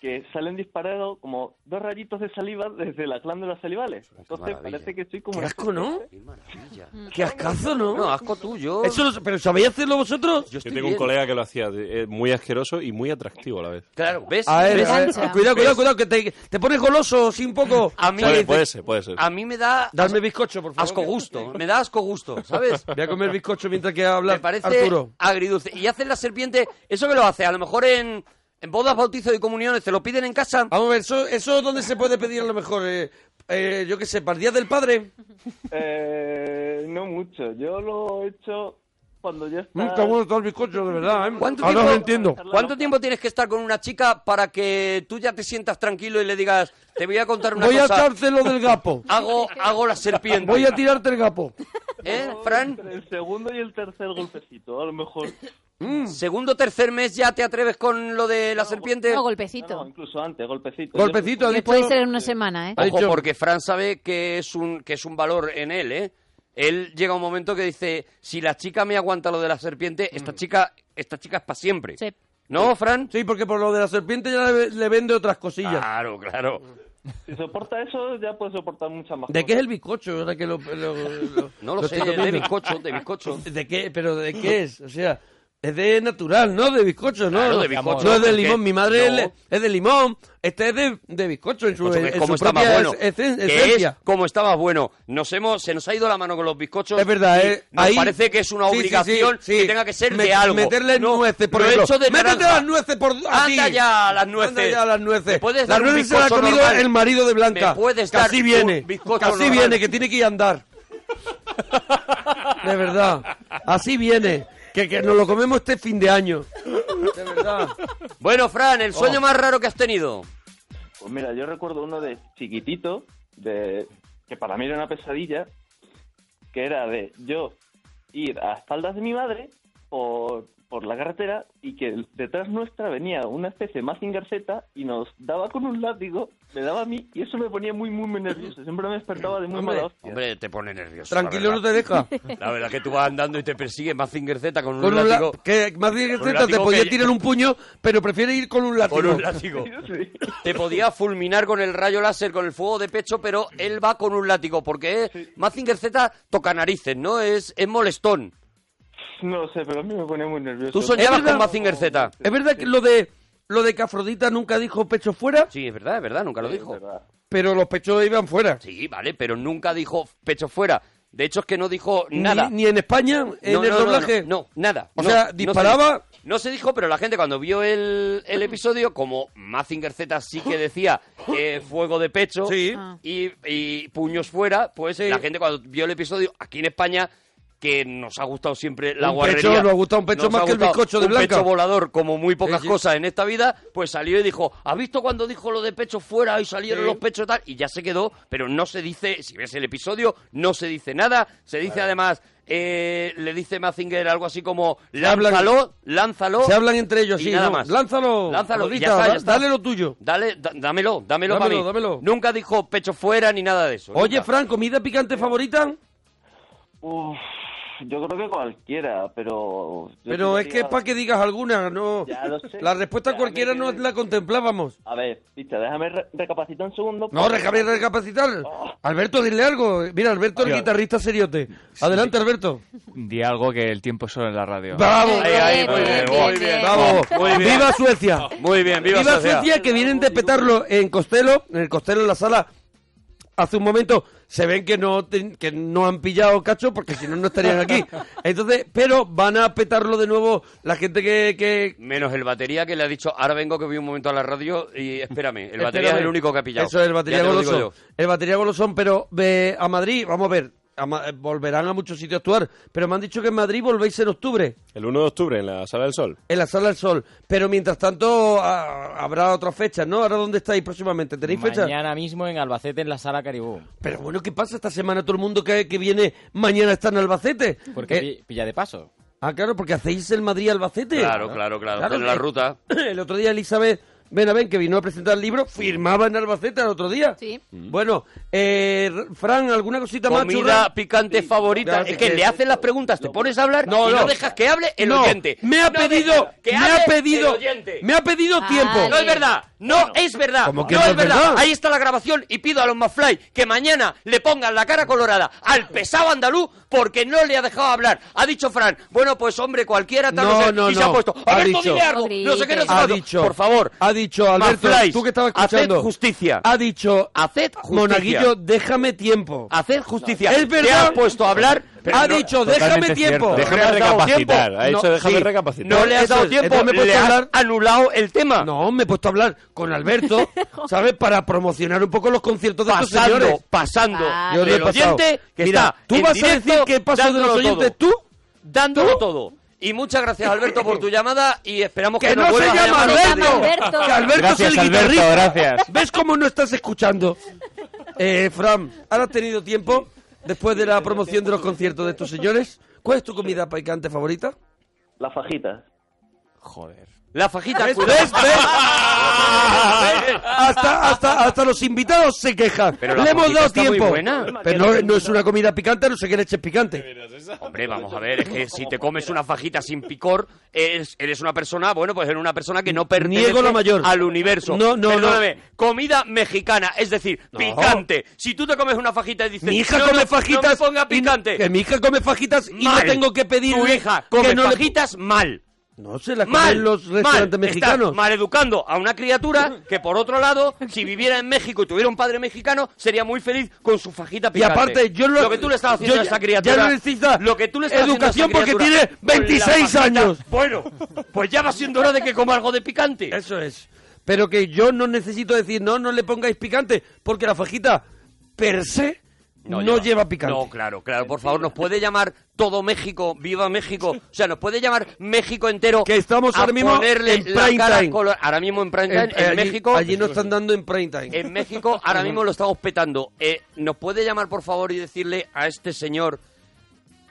[SPEAKER 6] que salen disparados como dos rayitos de saliva desde las glándulas salivales. Entonces
[SPEAKER 2] maravilla.
[SPEAKER 6] parece que estoy como...
[SPEAKER 1] Qué
[SPEAKER 6] una
[SPEAKER 1] asco, ¿no?
[SPEAKER 2] Qué maravilla.
[SPEAKER 1] Qué ascazo, ¿no?
[SPEAKER 2] No, asco tuyo.
[SPEAKER 1] Eso lo- ¿Pero sabéis hacerlo vosotros?
[SPEAKER 5] Yo tengo un colega que lo hacía, eh, muy asqueroso y muy atractivo a la vez.
[SPEAKER 2] Claro, ¿ves?
[SPEAKER 1] A ver,
[SPEAKER 2] ¿Ves?
[SPEAKER 1] a ver,
[SPEAKER 8] Cancha.
[SPEAKER 1] cuidado, cuidado, cuidado, que te, te pones goloso, sí, un poco.
[SPEAKER 2] Pues-
[SPEAKER 1] pues,
[SPEAKER 2] A mí,
[SPEAKER 5] Puede, puede ser, puede ser.
[SPEAKER 2] a mí me da
[SPEAKER 1] Dame bizcocho, por favor.
[SPEAKER 2] asco gusto. Me da asco gusto, ¿sabes?
[SPEAKER 1] Voy a comer bizcocho mientras que habla
[SPEAKER 2] Me parece
[SPEAKER 1] Arturo.
[SPEAKER 2] agridulce. Y hacen la serpiente, eso que lo hace, a lo mejor en, en bodas, bautizos y comuniones, te lo piden en casa.
[SPEAKER 1] Vamos a ver, ¿eso, eso dónde se puede pedir a lo mejor? Eh, eh, yo qué sé, ¿para el Día del Padre?
[SPEAKER 6] Eh, no mucho. Yo lo he hecho cuando ya está...
[SPEAKER 1] Nunca bueno todo el bizcocho, de verdad, ¿eh?
[SPEAKER 2] ¿Cuánto
[SPEAKER 1] Ahora
[SPEAKER 2] tiempo-
[SPEAKER 1] os entiendo.
[SPEAKER 2] ¿Cuánto tiempo tienes que estar con una chica para que tú ya te sientas tranquilo y le digas, te voy a contar una
[SPEAKER 1] Voy a
[SPEAKER 2] cosa?
[SPEAKER 1] echarte lo del gapo.
[SPEAKER 2] Hago, hago la serpiente.
[SPEAKER 1] Voy a tirarte el gapo.
[SPEAKER 2] ¿Eh, Fran?
[SPEAKER 6] Entre el segundo y el tercer golpecito, a lo mejor.
[SPEAKER 2] Segundo, tercer mes ya te atreves con lo de la serpiente.
[SPEAKER 7] Mm. No, golpecito.
[SPEAKER 6] Ah, No, incluso antes, golpecito.
[SPEAKER 1] Golpecito, ha
[SPEAKER 7] que puede ser en una semana, ¿eh?
[SPEAKER 2] Ojo, porque Fran sabe que es un que es un valor en él, ¿eh? Él llega un momento que dice, si la chica me aguanta lo de la serpiente, esta chica esta chica es para siempre.
[SPEAKER 7] Sí.
[SPEAKER 2] ¿No, Fran?
[SPEAKER 1] Mm. Sí, porque por lo de la serpiente ya le, le vende otras cosillas.
[SPEAKER 2] Claro, claro.
[SPEAKER 6] Si soporta eso, ya puede soportar muchas más
[SPEAKER 1] ¿De
[SPEAKER 6] cosas.
[SPEAKER 1] qué es el bizcocho? Ahora que lo- lo- lo-
[SPEAKER 2] No
[SPEAKER 1] lo
[SPEAKER 2] lo sé,
[SPEAKER 1] estoy
[SPEAKER 2] de
[SPEAKER 1] comiendo.
[SPEAKER 2] bizcocho, de bizcocho.
[SPEAKER 1] ¿De qué? ¿Pero de qué es? O sea, es de natural, ¿no? De bizcocho, ¿no?
[SPEAKER 2] Claro,
[SPEAKER 1] No,
[SPEAKER 2] de bizcocho,
[SPEAKER 1] No es de
[SPEAKER 2] porque-
[SPEAKER 1] limón, mi madre
[SPEAKER 2] No.
[SPEAKER 1] es de limón. Este es de, de bizcocho en su,
[SPEAKER 2] Bizcocho, que
[SPEAKER 1] eh, en
[SPEAKER 2] es
[SPEAKER 1] su
[SPEAKER 2] como está más
[SPEAKER 1] propia
[SPEAKER 2] bueno.
[SPEAKER 1] es- es-
[SPEAKER 2] que es
[SPEAKER 1] esencia.
[SPEAKER 2] como está más bueno. Nos hemos, se nos ha ido la mano con los bizcochos.
[SPEAKER 1] Es verdad,
[SPEAKER 2] y
[SPEAKER 1] ¿eh?
[SPEAKER 2] Nos
[SPEAKER 1] Ahí-
[SPEAKER 2] parece que es
[SPEAKER 1] Sí,
[SPEAKER 2] una
[SPEAKER 1] sí, sí,
[SPEAKER 2] obligación
[SPEAKER 1] sí.
[SPEAKER 2] que tenga que ser
[SPEAKER 1] Met-
[SPEAKER 2] de algo.
[SPEAKER 1] Meterle
[SPEAKER 2] No,
[SPEAKER 1] nueces, por
[SPEAKER 2] lo he
[SPEAKER 1] ejemplo.
[SPEAKER 2] hecho de
[SPEAKER 1] ¡Métete
[SPEAKER 2] naranja.
[SPEAKER 1] las nueces por aquí!
[SPEAKER 2] Anda ya a las nueces.
[SPEAKER 1] Anda ya a las nueces.
[SPEAKER 2] ¿Me
[SPEAKER 1] las
[SPEAKER 2] puedes dar un
[SPEAKER 1] nueces se las ha
[SPEAKER 2] bizcocho
[SPEAKER 1] comido
[SPEAKER 2] normal?
[SPEAKER 1] el marido de Blanca.
[SPEAKER 2] ¿Me puedes
[SPEAKER 1] Que
[SPEAKER 2] dar
[SPEAKER 1] así
[SPEAKER 2] un
[SPEAKER 1] viene.
[SPEAKER 2] bizcocho
[SPEAKER 1] Que así
[SPEAKER 2] normal?
[SPEAKER 1] viene, que tiene que ir a andar. De verdad. Así viene. Que, que nos lo comemos este fin de año. De verdad.
[SPEAKER 2] Bueno, Fran, el
[SPEAKER 1] Oh.
[SPEAKER 2] sueño más raro que has tenido.
[SPEAKER 6] Pues mira, yo recuerdo uno de chiquitito, de que para mí era una pesadilla, que era de yo ir a espaldas de mi madre por, por la carretera y que detrás nuestra venía una especie de Mazinger Z y nos daba con un látigo, me daba a mí y eso me ponía muy, muy, muy nervioso. Siempre me despertaba de muy
[SPEAKER 1] Hombre,
[SPEAKER 6] mala hostia.
[SPEAKER 2] Hombre, te pone nervioso.
[SPEAKER 1] Tranquilo,
[SPEAKER 2] la
[SPEAKER 1] no
[SPEAKER 2] verdad.
[SPEAKER 1] te deja.
[SPEAKER 2] La verdad que tú vas andando y te persigue más Finger Z con un
[SPEAKER 1] Con un la-
[SPEAKER 2] látigo.
[SPEAKER 1] que más bien que
[SPEAKER 2] Con un
[SPEAKER 1] Z te
[SPEAKER 2] látigo
[SPEAKER 1] podía
[SPEAKER 2] que-
[SPEAKER 1] tirar un puño, pero prefiere ir con un látigo.
[SPEAKER 2] Con un látigo.
[SPEAKER 6] Sí.
[SPEAKER 2] Te podía fulminar con el rayo láser, con el fuego de pecho, pero él va con un látigo, porque es, Mazinger Z toca narices, ¿no? Es, es molestón.
[SPEAKER 6] No lo sé, pero a mí me ponía muy nervioso.
[SPEAKER 2] Tú soñabas
[SPEAKER 1] ¿Es verdad?
[SPEAKER 2] con Mazinger Z.
[SPEAKER 1] Es verdad que lo de lo de que Afrodita nunca dijo pecho fuera,
[SPEAKER 2] Sí, es verdad, es verdad, nunca lo dijo.
[SPEAKER 6] Es verdad.
[SPEAKER 1] pero los pechos iban fuera.
[SPEAKER 2] Sí, vale, pero nunca dijo pecho fuera. De hecho, es que no dijo
[SPEAKER 1] Ni-
[SPEAKER 2] nada.
[SPEAKER 1] Ni, en España, en
[SPEAKER 2] No,
[SPEAKER 1] el
[SPEAKER 2] no, no,
[SPEAKER 1] doblaje.
[SPEAKER 2] No, no, nada.
[SPEAKER 1] O
[SPEAKER 2] No,
[SPEAKER 1] sea,
[SPEAKER 2] no se
[SPEAKER 1] disparaba.
[SPEAKER 2] dijo. No se, dijo, pero la gente cuando vio el, el episodio, como Mazinger Z sí que decía eh, fuego de pecho
[SPEAKER 1] Sí.
[SPEAKER 7] Ah.
[SPEAKER 2] y, y puños fuera, pues la gente cuando vio el episodio aquí en España que nos ha gustado siempre la
[SPEAKER 1] Un
[SPEAKER 2] guarrería.
[SPEAKER 1] pecho, nos ha gustado un pecho
[SPEAKER 2] nos
[SPEAKER 1] más
[SPEAKER 2] ha
[SPEAKER 1] que el
[SPEAKER 2] gustado
[SPEAKER 1] bizcocho de
[SPEAKER 2] un
[SPEAKER 1] Blanca.
[SPEAKER 2] pecho volador, como muy pocas
[SPEAKER 1] Sí, sí.
[SPEAKER 2] cosas en esta vida, pues salió y dijo, ¿has visto cuando dijo lo de pecho fuera y salieron
[SPEAKER 1] Sí.
[SPEAKER 2] los pechos y tal? Y ya se quedó, pero no se dice, si ves el episodio, no se dice nada, se dice además, eh, le dice Mazinger algo así como,
[SPEAKER 1] hablan-
[SPEAKER 2] lánzalo, lánzalo.
[SPEAKER 1] Se hablan entre ellos,
[SPEAKER 2] y
[SPEAKER 1] sí.
[SPEAKER 2] nada
[SPEAKER 1] ¿no?
[SPEAKER 2] más.
[SPEAKER 1] Lánzalo.
[SPEAKER 2] Lánzalo,
[SPEAKER 1] Afrodita,
[SPEAKER 2] ya está, ya
[SPEAKER 1] da-
[SPEAKER 2] está.
[SPEAKER 1] Dale lo tuyo.
[SPEAKER 2] Dale, da- dámelo, dámelo, para
[SPEAKER 1] Dámelo,
[SPEAKER 2] mí.
[SPEAKER 1] dámelo.
[SPEAKER 2] Nunca dijo pecho fuera ni nada de eso.
[SPEAKER 1] Oye,
[SPEAKER 2] nunca.
[SPEAKER 1] Fran, ¿comida picante favorita?
[SPEAKER 6] Uf, yo creo que cualquiera, pero... yo
[SPEAKER 1] Pero es
[SPEAKER 6] diría-
[SPEAKER 1] que es para que digas alguna, no.
[SPEAKER 6] Ya lo sé.
[SPEAKER 1] La respuesta
[SPEAKER 6] Ya
[SPEAKER 1] cualquiera
[SPEAKER 6] me
[SPEAKER 1] no
[SPEAKER 6] quedé.
[SPEAKER 1] la contemplábamos.
[SPEAKER 6] A ver, pista, déjame re- recapacitar un segundo.
[SPEAKER 1] No, déjame recapacitar.
[SPEAKER 6] Oh.
[SPEAKER 1] Alberto, dile algo. Mira, Alberto, el
[SPEAKER 10] Oiga.
[SPEAKER 1] guitarrista seriote. Adelante, Alberto.
[SPEAKER 10] Di algo que el tiempo es solo en la radio.
[SPEAKER 1] ¡Bravo!
[SPEAKER 7] Ahí, ahí, muy bien,
[SPEAKER 1] ¡Bravo!
[SPEAKER 7] muy bien.
[SPEAKER 1] ¡Bravo!
[SPEAKER 11] Muy bien.
[SPEAKER 1] ¡Viva Suecia!
[SPEAKER 11] Muy bien,
[SPEAKER 1] Viva, Suecia, que vienen de petarlo en Costello, en el Costello en la sala. Hace un momento se ven que no, ten- que no han pillado cacho porque si no, no estarían aquí. Entonces, pero van a petarlo de nuevo la gente que. que
[SPEAKER 2] Menos el batería que le ha dicho, ahora vengo que voy un momento a la radio y espérame. El batería
[SPEAKER 1] Espérame.
[SPEAKER 2] es el único que ha pillado.
[SPEAKER 1] Eso es el batería
[SPEAKER 2] Ya te lo digo
[SPEAKER 1] golosón.
[SPEAKER 2] yo.
[SPEAKER 1] El batería golosón, pero eh, a Madrid, vamos a ver, a Ma- eh, volverán a muchos sitios a actuar. Pero me han dicho que en Madrid volvéis en octubre.
[SPEAKER 11] El 1 de octubre en la Sala del Sol.
[SPEAKER 1] En la Sala del Sol. Pero mientras tanto a- habrá otras fechas, ¿no? Ahora, ¿dónde estáis próximamente? ¿Tenéis fechas?
[SPEAKER 4] Mañana mismo en Albacete, en la sala Caribú.
[SPEAKER 1] Pero bueno, ¿qué pasa esta semana? Todo el mundo que, que viene mañana está en Albacete.
[SPEAKER 4] Porque
[SPEAKER 1] Eh,
[SPEAKER 4] pi- pilla de paso.
[SPEAKER 1] ah, claro, porque hacéis el Madrid-Albacete.
[SPEAKER 2] Claro, claro, claro. en la
[SPEAKER 1] eh,
[SPEAKER 2] ruta.
[SPEAKER 1] El otro día Elizabeth Benavent, que vino a presentar el libro, firmaba en Albacete el otro día. Mm.
[SPEAKER 7] Sí.
[SPEAKER 1] Bueno, eh, Fran, ¿alguna cosita más
[SPEAKER 2] Comida
[SPEAKER 1] churra?
[SPEAKER 2] picante favorita.
[SPEAKER 1] Ya,
[SPEAKER 2] es que
[SPEAKER 1] eh,
[SPEAKER 2] le hacen las preguntas, te pones a hablar
[SPEAKER 1] No,
[SPEAKER 2] y
[SPEAKER 1] no.
[SPEAKER 2] no dejas que hable el
[SPEAKER 1] No,
[SPEAKER 2] oyente.
[SPEAKER 1] Me ha
[SPEAKER 2] No
[SPEAKER 1] pedido,
[SPEAKER 2] dejas que
[SPEAKER 1] me
[SPEAKER 2] hable
[SPEAKER 1] ha pedido,
[SPEAKER 2] el oyente.
[SPEAKER 1] me ha pedido
[SPEAKER 7] Ah,
[SPEAKER 1] tiempo.
[SPEAKER 2] No es verdad, no es verdad,
[SPEAKER 1] ¿Cómo que
[SPEAKER 2] no es verdad?
[SPEAKER 1] verdad?
[SPEAKER 2] Ahí está la grabación y pido a los McFly que mañana le pongan la cara colorada
[SPEAKER 1] Ah.
[SPEAKER 2] al pesado andaluz porque no le ha dejado hablar. Ha dicho Fran, bueno, pues hombre, cualquiera tal,
[SPEAKER 1] No,
[SPEAKER 2] sé,
[SPEAKER 1] no,
[SPEAKER 2] y se
[SPEAKER 1] no.
[SPEAKER 2] ha puesto,
[SPEAKER 1] Ha
[SPEAKER 2] Alberto,
[SPEAKER 1] dicho.
[SPEAKER 2] dile algo,
[SPEAKER 7] No
[SPEAKER 2] no sé qué, no sé
[SPEAKER 7] grites.
[SPEAKER 1] Ha
[SPEAKER 2] cuánto.
[SPEAKER 1] dicho,
[SPEAKER 2] por favor.
[SPEAKER 1] ha dicho Alberto,
[SPEAKER 2] McFly,
[SPEAKER 1] tú que estabas escuchando,
[SPEAKER 2] Haced justicia,
[SPEAKER 1] ha dicho,
[SPEAKER 2] haced justicia.
[SPEAKER 1] Monaguillo, déjame tiempo.
[SPEAKER 2] haced justicia.
[SPEAKER 1] No. Es
[SPEAKER 2] Te
[SPEAKER 1] verdad.
[SPEAKER 2] has puesto a hablar,
[SPEAKER 1] ha
[SPEAKER 2] no-
[SPEAKER 1] dicho,
[SPEAKER 10] totalmente
[SPEAKER 1] déjame tiempo.
[SPEAKER 10] cierto.
[SPEAKER 2] ¿Le
[SPEAKER 11] Déjame
[SPEAKER 2] has dado
[SPEAKER 11] recapacitar.
[SPEAKER 2] tiempo?
[SPEAKER 11] Ha dicho,
[SPEAKER 1] No,
[SPEAKER 11] déjame
[SPEAKER 1] sí.
[SPEAKER 11] recapacitar.
[SPEAKER 2] no le has
[SPEAKER 1] Eso
[SPEAKER 2] dado
[SPEAKER 1] es,
[SPEAKER 2] tiempo,
[SPEAKER 1] entonces me he
[SPEAKER 2] le
[SPEAKER 1] puesto a
[SPEAKER 2] has
[SPEAKER 1] hablar.
[SPEAKER 2] anulado el tema.
[SPEAKER 1] No, me he puesto a hablar con Alberto, ¿sabes? Para promocionar un poco los conciertos de estos
[SPEAKER 2] pasando,
[SPEAKER 1] señores.
[SPEAKER 2] pasando
[SPEAKER 7] Ah,
[SPEAKER 1] Yo
[SPEAKER 2] Yo
[SPEAKER 1] lo he
[SPEAKER 2] del
[SPEAKER 1] pasado.
[SPEAKER 2] oyente que
[SPEAKER 1] Mira,
[SPEAKER 2] está
[SPEAKER 1] ¿tú
[SPEAKER 2] en
[SPEAKER 1] vas a
[SPEAKER 2] directo
[SPEAKER 1] decir que paso de los
[SPEAKER 2] dándolo
[SPEAKER 1] oyentes
[SPEAKER 2] todo,
[SPEAKER 1] tú?
[SPEAKER 2] dándolo
[SPEAKER 1] ¿Tú?
[SPEAKER 2] todo. Y muchas gracias Alberto por tu llamada y esperamos que,
[SPEAKER 1] Que
[SPEAKER 2] nos
[SPEAKER 1] no se
[SPEAKER 2] vuelvas a
[SPEAKER 1] llama
[SPEAKER 2] llamar
[SPEAKER 7] Se
[SPEAKER 1] Alberto.
[SPEAKER 7] llama Alberto.
[SPEAKER 1] Que Alberto
[SPEAKER 10] Gracias,
[SPEAKER 1] es el
[SPEAKER 10] Alberto,
[SPEAKER 1] guitarrista.
[SPEAKER 10] gracias.
[SPEAKER 1] ¿Ves cómo no estás escuchando? Eh, Fran, ¿ahora has tenido tiempo después de la promoción de los conciertos de estos señores? ¿Cuál es tu comida picante favorita?
[SPEAKER 6] Las fajitas.
[SPEAKER 10] Joder.
[SPEAKER 2] La fajita
[SPEAKER 1] ¿Ves?
[SPEAKER 2] culé.
[SPEAKER 1] ¿Ves? ¿Ves? ¿Ves? Hasta, hasta, hasta los invitados se quejan.
[SPEAKER 2] Pero la
[SPEAKER 1] Le hemos
[SPEAKER 2] fajita
[SPEAKER 1] dado
[SPEAKER 2] está muy
[SPEAKER 1] tiempo.
[SPEAKER 2] buena.
[SPEAKER 1] Pero no, no es una comida picante, no sé qué leche es picante.
[SPEAKER 2] Hombre, vamos a ver, es que si te comes una fajita sin picor, eres, eres una persona, bueno, pues eres una persona que no pertenece
[SPEAKER 1] Niego la mayor.
[SPEAKER 2] al universo.
[SPEAKER 1] No, no,
[SPEAKER 2] Perdóname, comida mexicana, es decir, picante. Si tú te comes una fajita y dices,
[SPEAKER 1] Mi hija
[SPEAKER 2] "No, no,
[SPEAKER 1] come
[SPEAKER 2] no
[SPEAKER 1] fajitas.
[SPEAKER 2] me ponga
[SPEAKER 1] y-
[SPEAKER 2] picante.
[SPEAKER 1] Que mi hija come fajitas y
[SPEAKER 2] Mal.
[SPEAKER 1] no tengo que pedir.
[SPEAKER 2] Tu hija come
[SPEAKER 1] que no le-
[SPEAKER 2] fajitas mal.
[SPEAKER 1] No se la comen
[SPEAKER 2] Mal,
[SPEAKER 1] los restaurantes
[SPEAKER 2] mal,
[SPEAKER 1] mexicanos.
[SPEAKER 2] Está maleducando a una criatura que, por otro lado, si viviera en México y tuviera un padre mexicano, sería muy feliz con su fajita
[SPEAKER 1] Y
[SPEAKER 2] picante.
[SPEAKER 1] aparte, yo lo,
[SPEAKER 2] que tú le estás haciendo
[SPEAKER 1] yo
[SPEAKER 2] a
[SPEAKER 1] ya-
[SPEAKER 2] esa criatura...
[SPEAKER 1] Ya no necesita
[SPEAKER 2] lo que tú le estás haciendo a esa
[SPEAKER 1] educación porque
[SPEAKER 2] criatura
[SPEAKER 1] tiene
[SPEAKER 2] con la
[SPEAKER 1] 26
[SPEAKER 2] fajita,
[SPEAKER 1] años.
[SPEAKER 2] Bueno, pues ya va siendo hora de que coma algo de picante.
[SPEAKER 1] Eso es. Pero que yo no necesito decir, no, no le pongáis picante, porque la fajita per se no, lleva, picante.
[SPEAKER 2] No, claro, claro, por favor, nos puede llamar todo México, viva México, o sea, nos puede llamar México entero.
[SPEAKER 1] Que estamos
[SPEAKER 2] a
[SPEAKER 1] ahora mismo
[SPEAKER 2] ponerle
[SPEAKER 1] en
[SPEAKER 2] la
[SPEAKER 1] prime
[SPEAKER 2] cara
[SPEAKER 1] time.
[SPEAKER 2] color- ahora mismo en prime time,
[SPEAKER 1] En-
[SPEAKER 2] en,
[SPEAKER 1] allí-
[SPEAKER 2] México. pues,
[SPEAKER 1] Allí no están dando en prime time.
[SPEAKER 2] En México ahora mismo lo estamos petando. Eh, ¿Nos puede llamar, por favor, y decirle a este señor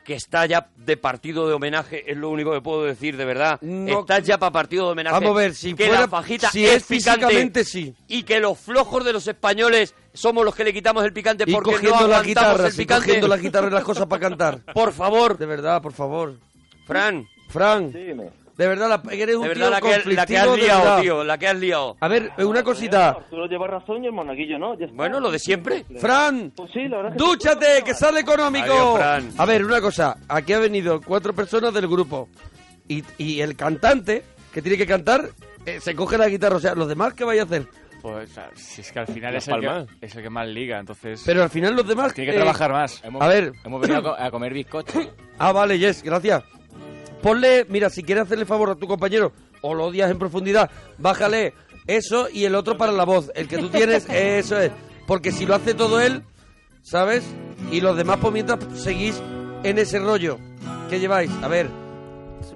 [SPEAKER 2] que está ya de partido de homenaje? Es lo único que puedo decir, de verdad.
[SPEAKER 1] No-
[SPEAKER 2] Está ya para partido de homenaje.
[SPEAKER 1] Vamos a ver, si
[SPEAKER 2] que
[SPEAKER 1] fuera-
[SPEAKER 2] la fajita
[SPEAKER 1] si
[SPEAKER 2] es,
[SPEAKER 1] es
[SPEAKER 2] picante
[SPEAKER 1] físicamente, sí.
[SPEAKER 2] Y que los flojos de los españoles somos los que le quitamos el picante
[SPEAKER 1] y
[SPEAKER 2] porque
[SPEAKER 1] cogiendo
[SPEAKER 2] no
[SPEAKER 1] la
[SPEAKER 2] aguantamos
[SPEAKER 1] guitarra,
[SPEAKER 2] el
[SPEAKER 1] y
[SPEAKER 2] picante.
[SPEAKER 1] cogiendo la guitarra y las cosas para cantar.
[SPEAKER 2] Por favor,
[SPEAKER 1] De verdad, por favor.
[SPEAKER 2] Fran.
[SPEAKER 1] Fran,
[SPEAKER 6] Sígueme.
[SPEAKER 1] de verdad, la, eres un
[SPEAKER 2] De
[SPEAKER 1] tío
[SPEAKER 2] verdad, la que, la que
[SPEAKER 1] conflictivo,
[SPEAKER 2] has
[SPEAKER 1] de
[SPEAKER 2] liado,
[SPEAKER 1] verdad.
[SPEAKER 2] tío. La que has liado.
[SPEAKER 1] A ver, eh, una cosita.
[SPEAKER 6] Tú lo llevas razón y el monaguillo no. ya está.
[SPEAKER 2] Bueno, lo de siempre.
[SPEAKER 1] Fran,
[SPEAKER 6] Pues sí, la verdad es que-
[SPEAKER 1] Dúchate, que sale económico.
[SPEAKER 2] Adiós, Fran.
[SPEAKER 1] A ver, una cosa. Aquí ha venido cuatro personas del grupo. Y, y el cantante, que tiene que cantar, eh, se coge la guitarra. O sea, los demás, ¿qué vais a hacer?
[SPEAKER 10] Pues ah, si es que al final
[SPEAKER 11] Las
[SPEAKER 10] es el, que,
[SPEAKER 11] palmas.
[SPEAKER 10] es el que más liga, entonces
[SPEAKER 1] Pero al final los demás...
[SPEAKER 10] tiene que
[SPEAKER 1] eh,
[SPEAKER 10] trabajar más.
[SPEAKER 1] A ver.
[SPEAKER 4] Hemos venido a, co- a comer bizcocho.
[SPEAKER 1] Ah, vale, Yes, gracias. Ponle, mira, si quieres hacerle favor a tu compañero o lo odias en profundidad, bájale eso y el otro para la voz. El que tú tienes, eso es. Porque si lo hace todo él, ¿sabes? Y los demás, pues mientras seguís en ese rollo. ¿Qué lleváis? A ver,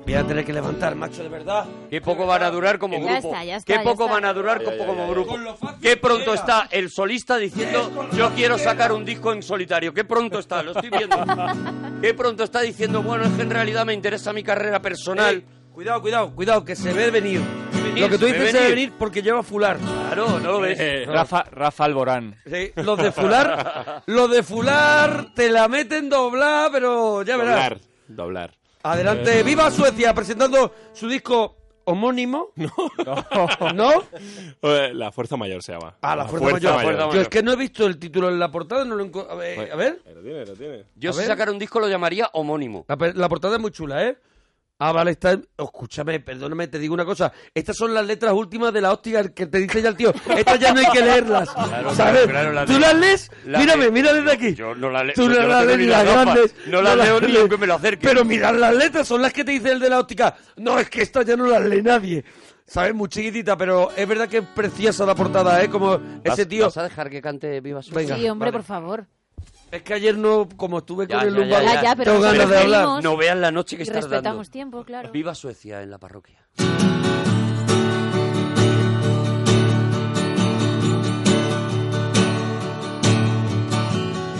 [SPEAKER 1] voy a tener que levantar, macho, de verdad.
[SPEAKER 2] Qué poco van a durar como
[SPEAKER 7] Ya
[SPEAKER 2] grupo.
[SPEAKER 7] está, ya está,
[SPEAKER 2] Qué
[SPEAKER 7] ya
[SPEAKER 2] poco
[SPEAKER 7] está.
[SPEAKER 2] van a durar como, como grupo.
[SPEAKER 1] Con lo fácil
[SPEAKER 2] Qué
[SPEAKER 1] que
[SPEAKER 2] pronto
[SPEAKER 1] era.
[SPEAKER 2] está el solista diciendo yo quiero sacar un disco en solitario. Qué pronto está, lo estoy viendo. Qué pronto está diciendo bueno es que en realidad me interesa mi carrera personal.
[SPEAKER 1] Eh, cuidado, cuidado, cuidado, que se ve venir.
[SPEAKER 2] venir,
[SPEAKER 1] Lo que tú
[SPEAKER 2] se ve
[SPEAKER 1] dices se ve
[SPEAKER 2] venir.
[SPEAKER 1] venir porque lleva fular.
[SPEAKER 2] Claro, no lo ves.
[SPEAKER 10] Eh, Rafa, Rafa Alborán.
[SPEAKER 1] Sí, los de fular, los de fular te la meten doblar, pero ya verás.
[SPEAKER 11] Doblar. Doblar.
[SPEAKER 1] Adelante, viva Suecia presentando su disco homónimo. No.
[SPEAKER 11] Eh, La Fuerza Mayor se llama.
[SPEAKER 1] A Ah, la fuerza, mayor. Pues Yo es que no he visto el título en la portada, no lo enco- a ver, a ver.
[SPEAKER 11] Lo tiene, lo tiene.
[SPEAKER 2] Yo
[SPEAKER 1] a
[SPEAKER 2] si
[SPEAKER 1] ver.
[SPEAKER 2] sacara un disco lo llamaría homónimo.
[SPEAKER 1] La, pe- la portada es muy chula, ¿eh? Ah, vale, está. en- oh, Escúchame, perdóname, te digo una cosa. Estas son las letras últimas de la hostia que te dice ya el tío. Estas ya no hay que leerlas.
[SPEAKER 2] Claro,
[SPEAKER 1] ¿Sabes?
[SPEAKER 2] claro, claro, la
[SPEAKER 1] ¿Tú
[SPEAKER 2] de-
[SPEAKER 1] las lees?
[SPEAKER 2] la
[SPEAKER 1] mírame,
[SPEAKER 2] de-
[SPEAKER 1] mira desde aquí.
[SPEAKER 2] Yo no la leo.
[SPEAKER 1] Tú
[SPEAKER 2] yo
[SPEAKER 1] no
[SPEAKER 2] no
[SPEAKER 1] las
[SPEAKER 2] tengo
[SPEAKER 1] lees
[SPEAKER 2] ni
[SPEAKER 1] ni
[SPEAKER 2] las
[SPEAKER 1] las
[SPEAKER 2] gafas.
[SPEAKER 1] grandes.
[SPEAKER 2] No las leo ni
[SPEAKER 1] lees.
[SPEAKER 2] aunque me lo acerquen.
[SPEAKER 1] Pero mirad las letras, son las que te dice el de la óptica. No, es que estas ya no las lee nadie. ¿Sabes? Muy chiquitita, pero es verdad que es preciosa la portada, ¿eh? Como ese tío.
[SPEAKER 2] ¿Vas a dejar que cante Viva Suecia?
[SPEAKER 1] Venga,
[SPEAKER 7] sí, hombre,
[SPEAKER 1] vale.
[SPEAKER 7] por favor.
[SPEAKER 1] Es que ayer no, como estuve
[SPEAKER 2] Ya,
[SPEAKER 1] con el
[SPEAKER 2] ya,
[SPEAKER 1] lumbar,
[SPEAKER 2] ya, ya. Ya,
[SPEAKER 7] pero
[SPEAKER 1] tengo ganas
[SPEAKER 7] nosotros
[SPEAKER 1] de hablar.
[SPEAKER 7] venimos.
[SPEAKER 2] No veas la noche que
[SPEAKER 7] Y
[SPEAKER 2] estás
[SPEAKER 7] respetamos
[SPEAKER 2] dando.
[SPEAKER 7] tiempo, claro.
[SPEAKER 2] Viva Suecia en la parroquia.